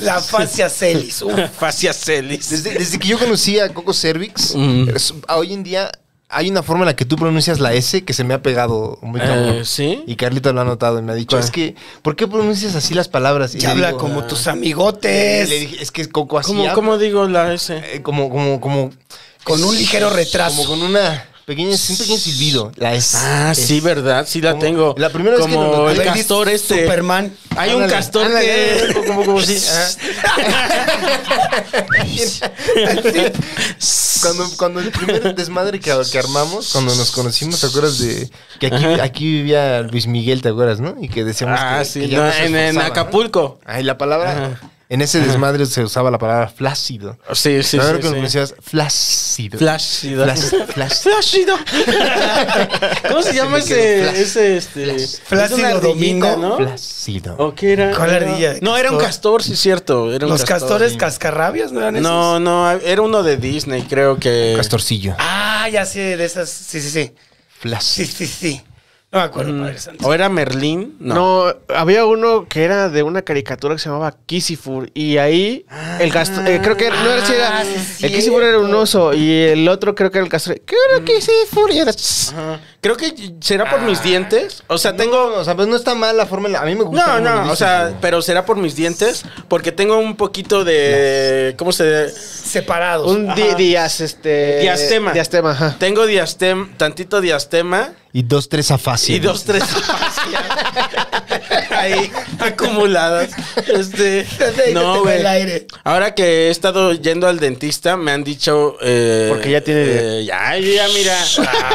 La fascia celis. uf. Afasia celis. Desde, desde que yo conocí a Coco Cervix, Mm. es- a hoy en día hay una forma en la que tú pronuncias la S que se me ha pegado muy Eh, cabrón. ¿sí? Y Carlito lo ha notado y me ha dicho, ¿Cuál? es que, ¿por qué pronuncias así las palabras? Y Ya le habla digo, como "Ah". tus Y amigotes. le dije, es que Coco así ¿Cómo, habla". ¿Cómo digo la S? Eh, como, como, como... Con un ligero retraso. Como con una pequeña, un pequeño silbido. La S. Ah, S. sí, verdad, sí la Como- tengo. la primera vez que Como lo noté. el Baby castor este. Superman. Hay un Ándale, castor ándale, que. como- como si- ah. *laughs* Cuando, cuando *laughs* el primer desmadre que, que armamos, cuando nos conocimos, ¿te acuerdas de que aquí, aquí vivía Luis Miguel, ¿te acuerdas, no? Y que decíamos Ah, que, sí, que ya no, no se en, en esforzaba, ¿no? Acapulco. Ay, la palabra. Ajá. En ese desmadre se usaba la palabra flácido. Sí, sí, Claro que sí. sí. pronunciabas flácido. Flácido. Flas- flas- Flácido. ¿Cómo se Se llama me ese, quedó flas- ese, este? flas- Flácido es una Domingo. ardillita, *laughs* ¿no? Flácido. ¿O qué era? ¿Cuál ardilla? No, era un castor, sí, cierto. Era un Los castor. castores cascarrabias, ¿no eran esos? No, no, era uno de Disney, creo que. Castorcillo. Ah, ya sé, de esas. Sí, sí, sí. Sí, Flácido. sí, sí. No me acuerdo, Mm. Padre Santo. ¿O era Merlín? No. No. había uno que era de una caricatura que se llamaba Kissifur y ahí el castor, eh, creo que era- no era si era, Ah, sí es el Kissifur era un cierto. oso y el otro creo que era el castor. ¿Qué era Kissifur? Y era Mm. Ajá. Creo que será por mis dientes. O sea, tengo. O sea, pues no está mal la forma en la. A mí me gusta. No, cómo lo no, dices, o sea, güey. pero será por mis dientes, porque tengo un poquito de, ¿cómo se? Separados. un di- *laughs* Ajá. dias, este Diastema. Diastema, ajá. Tengo diastema, tantito diastema Y dos, tres afasias. y dos, *laughs* tres ahí acumuladas. *laughs* Este, Ahí te no, va güey. el aire. Ahora que he estado yendo al dentista, me han dicho, eh, Porque ya tiene- eh, ya, yo ya mira,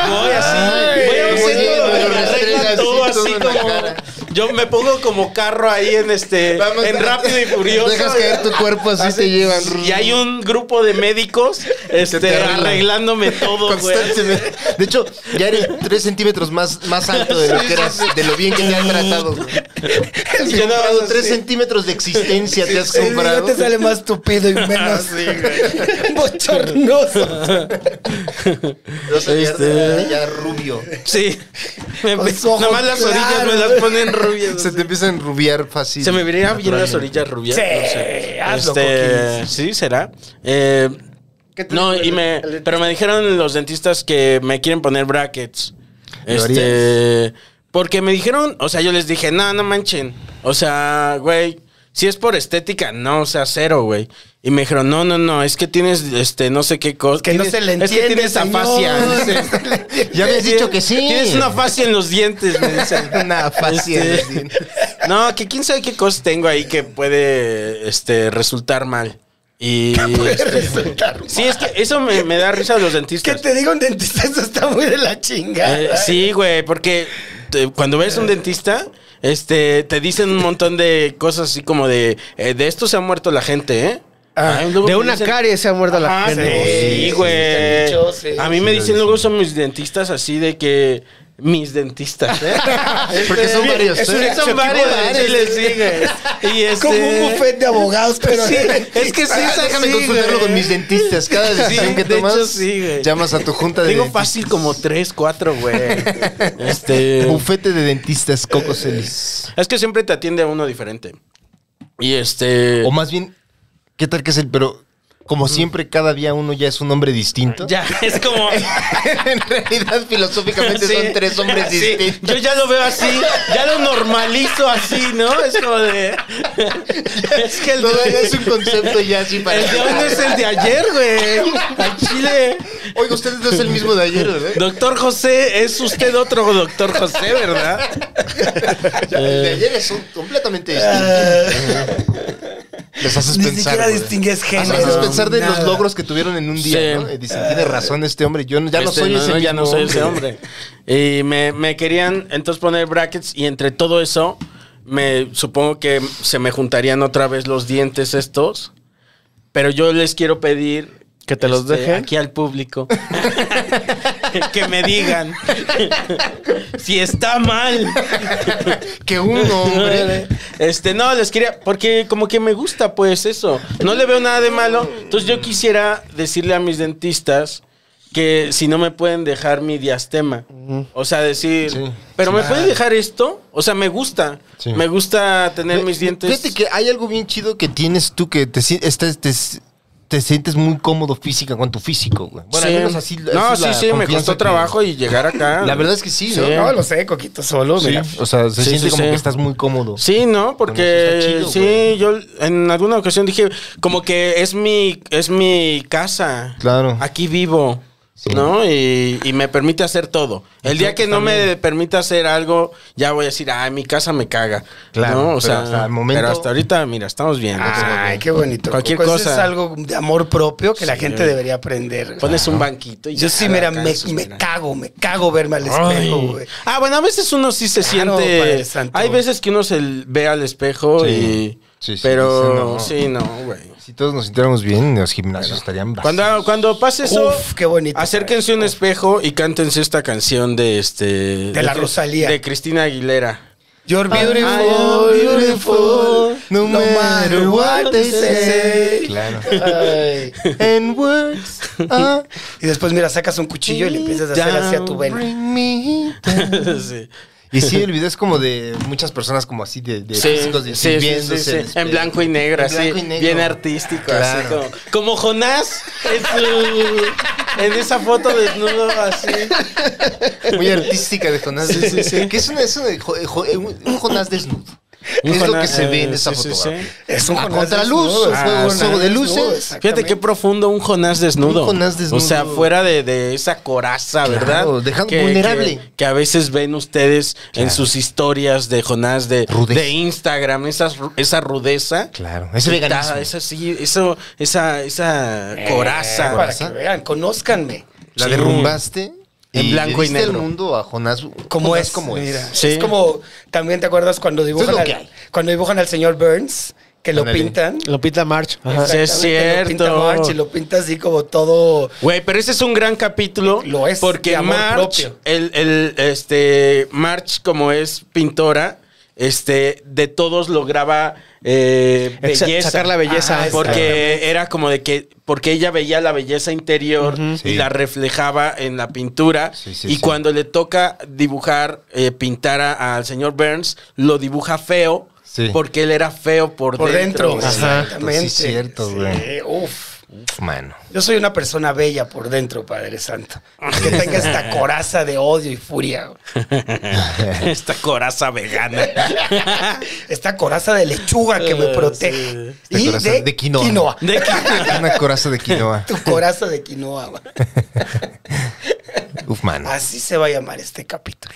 voy así, Ay, voy a un como centro lleno, donde lo me restregas arreglan así, todo así, todo en la como, cara. yo me pongo como carro ahí en este, Vamos, en te- rápido y furioso. Ah, Dejas caer tu cuerpo, así te llevan. Y hay un grupo de *laughs* médicos este, te arreglan. arreglándome todo, güey. *laughs* Constantemente. De hecho, ya eres tres centímetros más, más alto de lo que eras, de lo bien que te han tratado. güey. Y Te yo han nada más dado así. tres centímetros de existencia te has El bigote comprado. sale más *laughs* tupido Ah, y menos *laughs* *laughs* bochornoso. O sea, ya- Este- ya rubio. Sí. Me Con pe- su ojo nada más las claro. orillas me las ponen rubias. Se te empieza a enrubiar fácil. Se me vería bien las orillas rubias. Sí, no sé. hazlo, Este, Coquín. sí, será. Eh, no, y me, pero me dijeron los dentistas que me quieren poner brackets. ¿Lo Este, porque me dijeron, o sea, yo les dije, no, no manchen. O sea, güey, si es por estética, no, o sea, cero, güey. Y me dijeron, no, no, no, es que tienes, este, no sé qué cosa. Que no se le Es que entiende, tienes señor. afasia. *laughs* *laughs* Eh, Ya habías dicho que sí. Tienes una afasia en los dientes, me *laughs* dicen. Una afasia en los Este, dientes. *laughs* No, que quién sabe qué cosas tengo ahí que puede este, resultar mal. Y. este, sí, es que eso me, me da risa de los Que dentistas. te diga un dentista, eso está muy de la chingada. Eh, sí, güey, porque te- cuando ves un dentista, este, te dicen un montón de cosas así como de. eh, de esto se ha muerto la gente, ¿eh? Ay, luego De me una dicen- carie se ha muerto la Ajá, gente. Ah, sí, Sí, te güey. han dicho, sí. a mí me dicen luego son mis dentistas así de que mis dentistas, ¿eh? Porque son Este, varios, es un- ¿eh? son varios, varios, sí, les dije. Y este, Como un buffet de abogados, pero Sí, es que sí, Ah, es déjame así, consultarlo güey. con mis dentistas. Cada decisión Sí, que de hecho, tomas, sí, güey. llamas a tu junta de Tengo dentistas. fácil como tres, cuatro, güey. Este, Bufete de dentistas Coco Celis. es que siempre te atiende uno diferente. Y este, Eh. O más bien, ¿qué tal que es el pero como siempre, cada día uno ya es un hombre distinto. Mm. Ya, *laughs* es como. *laughs* en realidad, filosóficamente Sí. son tres hombres Sí. distintos. Yo ya lo veo así, ya lo normalizo así, ¿no? Es como de. *laughs* Es que *laughs* el de, Todavía es un concepto ya así para... *laughs* el de hoy no es el de ayer, güey. Al chile. Oiga, ustedes no es el mismo de ayer, ¿verdad? Doctor José, es usted otro doctor José, ¿verdad? El de ayer es un- completamente distinto. Ah. Les haces Ni pensar. siquiera güey. distingues Ah, Haces género. pensar de nada. los logros que tuvieron en un día, Sí. ¿no? Y dicen, tiene razón este hombre, yo no- ya no Este, soy ese ya mismo no soy ese hombre. Y me, me querían entonces poner brackets y entre todo eso, me supongo que se me juntarían otra vez los dientes estos. Pero yo les quiero pedir... este, Que te los dejen. Aquí al público. *laughs* que me digan *laughs* si está mal. Que un hombre... Este, no, les quería... Porque como que me gusta pues eso. No le veo nada de malo. Entonces yo quisiera decirle a mis dentistas que si no me pueden dejar mi diastema. O sea, decir... Sí. Pero me pueden dejar esto. O sea, me gusta. Sí. Me gusta tener mis dientes... Fíjate que hay algo bien chido que tienes tú que te, si- estás- te, te sientes muy cómodo física con tu físico, güey. Bueno, Sí. al menos así. esa No, es sí, la sí, me confianza costó que- trabajo y llegar acá. La verdad es que sí, ¿no? Sí. No, lo- sé, Coquito solo, sí. O sea, se Sí, siente sí, como sí. que estás muy cómodo. Sí, ¿no? Bueno, Porque eso está chido, sí, güey. yo en alguna ocasión dije, como que es mi, es mi casa. Claro. Aquí vivo. Sí. ¿No? Y, y me permite hacer todo. El día que no me permita hacer algo, ya voy a decir, ay, mi casa me caga. Claro, ¿no? pero O sea, hasta el momento- Pero hasta ahorita, mira, estamos bien. O sea, Ay, qué bonito. Cualquier Coco, eso cosa. es algo de amor propio que la Sí. gente debería aprender. Pones un banquito y Yo ya sí, mira, acá me, esos, me mira. cago, me cago verme al espejo, Ay. güey. Ah, bueno, a veces uno sí se Claro, Padre siente. Santo. Hay veces que uno se l- ve al espejo Sí. y. Sí, sí, pero sí, sí, no, güey. Si todos nos sintiéramos bien, los gimnasios estarían vacíos. Cuando, cuando pase eso, Uf, qué bonito. acérquense a un espejo y cántense esta canción de este. De, la Rosalía. De Cristina *laughs* Aguilera. You're beautiful, Ay, you're beautiful, no matter what they say. Claro. Ay. And words are Y después, mira, sacas un cuchillo y le empiezas a hacer así a tu vena. bring me down. sí, Y sí, el video es como de muchas personas como así de, de físicos de- sí, sí, viéndose sí, al sí. espejo. En blanco y negro, En así. blanco y negro. Bien artístico, así. Claro. Como, como Jonás en, su- en esa foto desnudo, así. *laughs* Muy artística de Jonás. Sí, sí, sí. Que es, una, es una- jo- jo- eh, un un Jonás desnudo. Un es lo que Jonás, se ve en eh, esa sí, sí, fotografía. sí. Es A Jonás contraluz, desnudo, un juego- ah, un juego de Jonás desnudo, luces. Fíjate qué exactamente. profundo un Jonás desnudo. Un Jonás desnudo. O sea, fuera de, de esa coraza, Claro, ¿verdad? dejando vulnerable. Que, que a veces ven ustedes en sus historias de Jonás de, Rudeza. de Instagram, esas, ru- esa rudeza. Claro, ese Quitada, veganismo. Esa, sí, eso, esa, esa Eh, coraza. Para que vean, conózcanme. La Sí. derrumbaste En blanco y le diste al negro. mundo a Jonás Como Jonás es, Pues como mira. es. Sí. Es como, también te acuerdas cuando dibujan, lo al, que hay. cuando dibujan al señor Burns, que lo Ándale. pintan. Lopita March. Ajá. Sí, es Exactamente, Lo pinta cierto. March y lo pinta así como todo... Güey, pero ese es un gran capítulo. Lo es, de Porque amor March, propio. el, el, este, March, como es pintora, este, de todos lograba eh, Exa- belleza. sacar la belleza. Ajá, Porque era como de que, porque ella veía la belleza interior y Sí. la reflejaba en la pintura. Sí, sí, y sí. cuando le toca dibujar, eh, pintar a- al señor Burns, lo dibuja feo. Sí. Porque él era feo por, Por dentro, dentro. güey. Ajá. exactamente. Sí, cierto, Sí, güey. uf. Uf, Mano. Yo soy una persona bella por dentro, Padre Santo. Que tenga *laughs* esta coraza de odio y furia. güey. *laughs* Esta coraza vegana. *laughs* Esta coraza de lechuga que me Eh, protege. Esta Y coraza de, de quinoa. quinoa. De que- *laughs* Una coraza de *laughs* quinoa. Tu coraza de quinoa. güey. Uf, mano. Ah, Así se va a llamar este capítulo.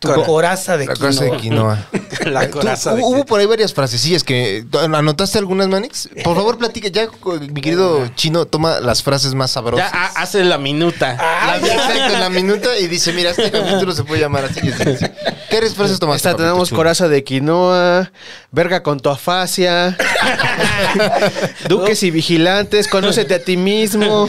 Tu Cora- coraza de La quinoa. coraza de quinoa. La Eh, Tú, coraza de hubo, hubo por ahí varias frasecillas que... ¿Anotaste algunas, Manix? Por favor, platica ya, co- mi *laughs* querido chino, toma las frases Ya más ah, sabrosas. ha- hace la minuta. Ah, La- ya. exacto, en la minuta y dice, mira, este capítulo se puede llamar así. así, así. ¿Qué eres frases tomaste? Esta papito tenemos chulo? coraza de quinoa, verga con tu *laughs* afasia, duques y vigilantes, conócete a ti mismo,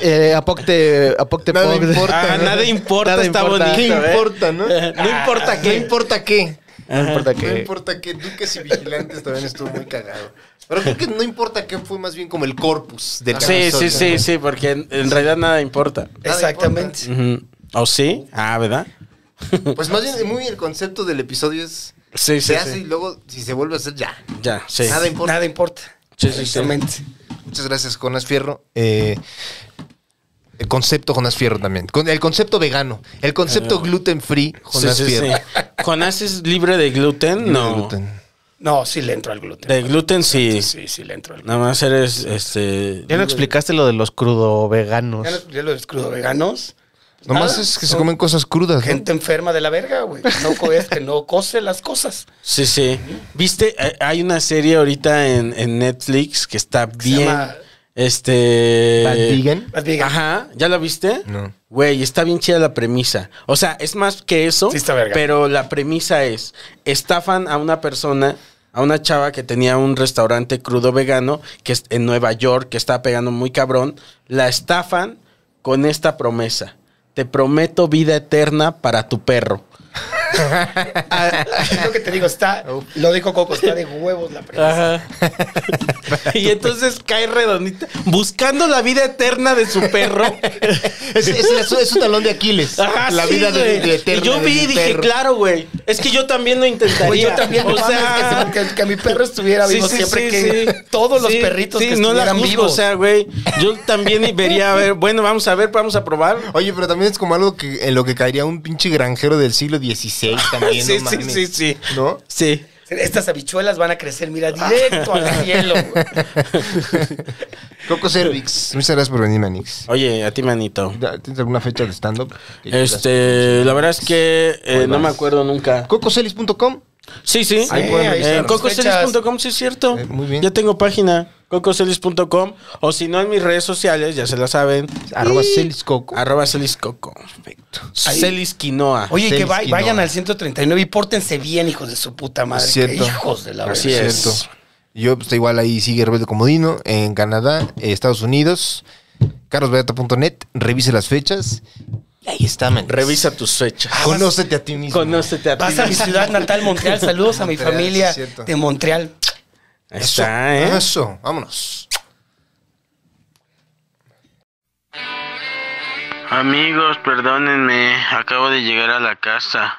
eh, apocte, apocte, Nada pocte. importa, Ah, ¿no? nada importa, Nada está importa. bonito. ¿Qué ¿eh? importa, no? *laughs* Ah, No importa No qué. importa qué. No importa No que... importa qué. Duques y vigilantes también estuvo muy cagado. Pero creo que no importa qué fue más bien como el corpus del Sí, sí, sí, sí, porque en, en realidad nada importa. Exactamente. Ujú. ¿O sí? Ah, ¿verdad? Pues más bien muy el concepto del episodio es Sí, sí, se hace y sí. luego si se vuelve a hacer ya. Ya, sí. Nada importa. Nada importa. Sí, sí, sí. Exactamente. Muchas gracias, Jonas Fierro. Eh, el concepto Jonas Fierro también. Con el concepto vegano. El concepto gluten free, Jonas Sí, sí, Fierro. *laughs* sí. ¿Jonás es libre de gluten? No. De gluten. No, sí le entro al gluten. De gluten sí. Sí, sí le entro al gluten. Nada más eres este. Ya no explicaste lo de los crudo veganos. ¿Ya, los- ya los crudo veganos? pues Ah, Nomás nada, es que se son comen cosas crudas. ¿no? Gente enferma de la verga, güey. No co- es que no cose las cosas. Sí, sí. Viste, Eh, hay una serie ahorita en, en Netflix que está se bien. llama- Este. Bad vegan. Más bien, Ajá, ¿ya la viste? No. Güey, está bien chida la premisa. O sea, es más que eso, Sí está verga. pero la premisa es, estafan a una persona, a una chava que tenía un restaurante crudo vegano que es en Nueva York, que estaba pegando muy cabrón, la estafan con esta promesa. Te prometo vida eterna para tu perro. ah, *laughs* es lo que te digo, está. Lo dijo Coco, está de huevos la premisa. *laughs* y entonces cae redondita buscando la vida eterna de su perro. Es, es- es un- es un talón de *laughs* Aquiles. Ajá, la sí, vida de, güey. de eterna Y yo de vi mi y dije, perro. claro, güey. Es que yo también lo intentaría. Güey, Pues yo también, o no mames, sea, que, se- que- que mi perro estuviera sí, vivo sí, siempre, sí, que sí. todos los Sí, perritos sí, que no la estuvieran juzgo, vivos. O sea, güey, yo también vería, a ver, bueno, vamos a ver, vamos a probar. Oye, pero también es como algo que, en lo que caería un pinche granjero del siglo XVI *laughs* también, sí, no sí, mames. sí, sí. ¿No? Sí. Estas habichuelas van a crecer, mira, Ah. directo al cielo. *laughs* güey. Coco Cervix. Muchas gracias por venir, Manix. *laughs* Oye, a ti, manito. ¿Tienes alguna fecha de stand-up? que quieras? Este, la verdad es que eh, Ahí no vas. me acuerdo nunca. Cococelis.com. Sí, sí. Ahí pueden Eh, revisar en las cococelis.com, sí es cierto. Eh, muy bien. Ya tengo página, cococelis.com. O si no, en mis redes sociales, ya se la saben. Arroba Y- celiscoco. Arroba celiscoco. Perfecto. Ahí. Celis quinoa. Oye, que Seis va- y vayan no. al 139 y pórtense bien, hijos de su puta madre. que Cierto. hijos de la Así verga. es. Yo pues, estoy igual ahí, sigue Rebelde Comodino, en Canadá, eh, Estados Unidos, carlosbeata.net, revise las fechas. Y ahí está, man. Revisa tus fechas. Conócete Ah, a ti mismo. Conócete a ti. Vas a mi ciudad natal, Montreal. Saludos a mi Montreal, familia sí, cierto. de Montreal. Ahí Eso, Está, ¿eh? Eso, vámonos. Amigos, perdónenme, acabo de llegar a la casa.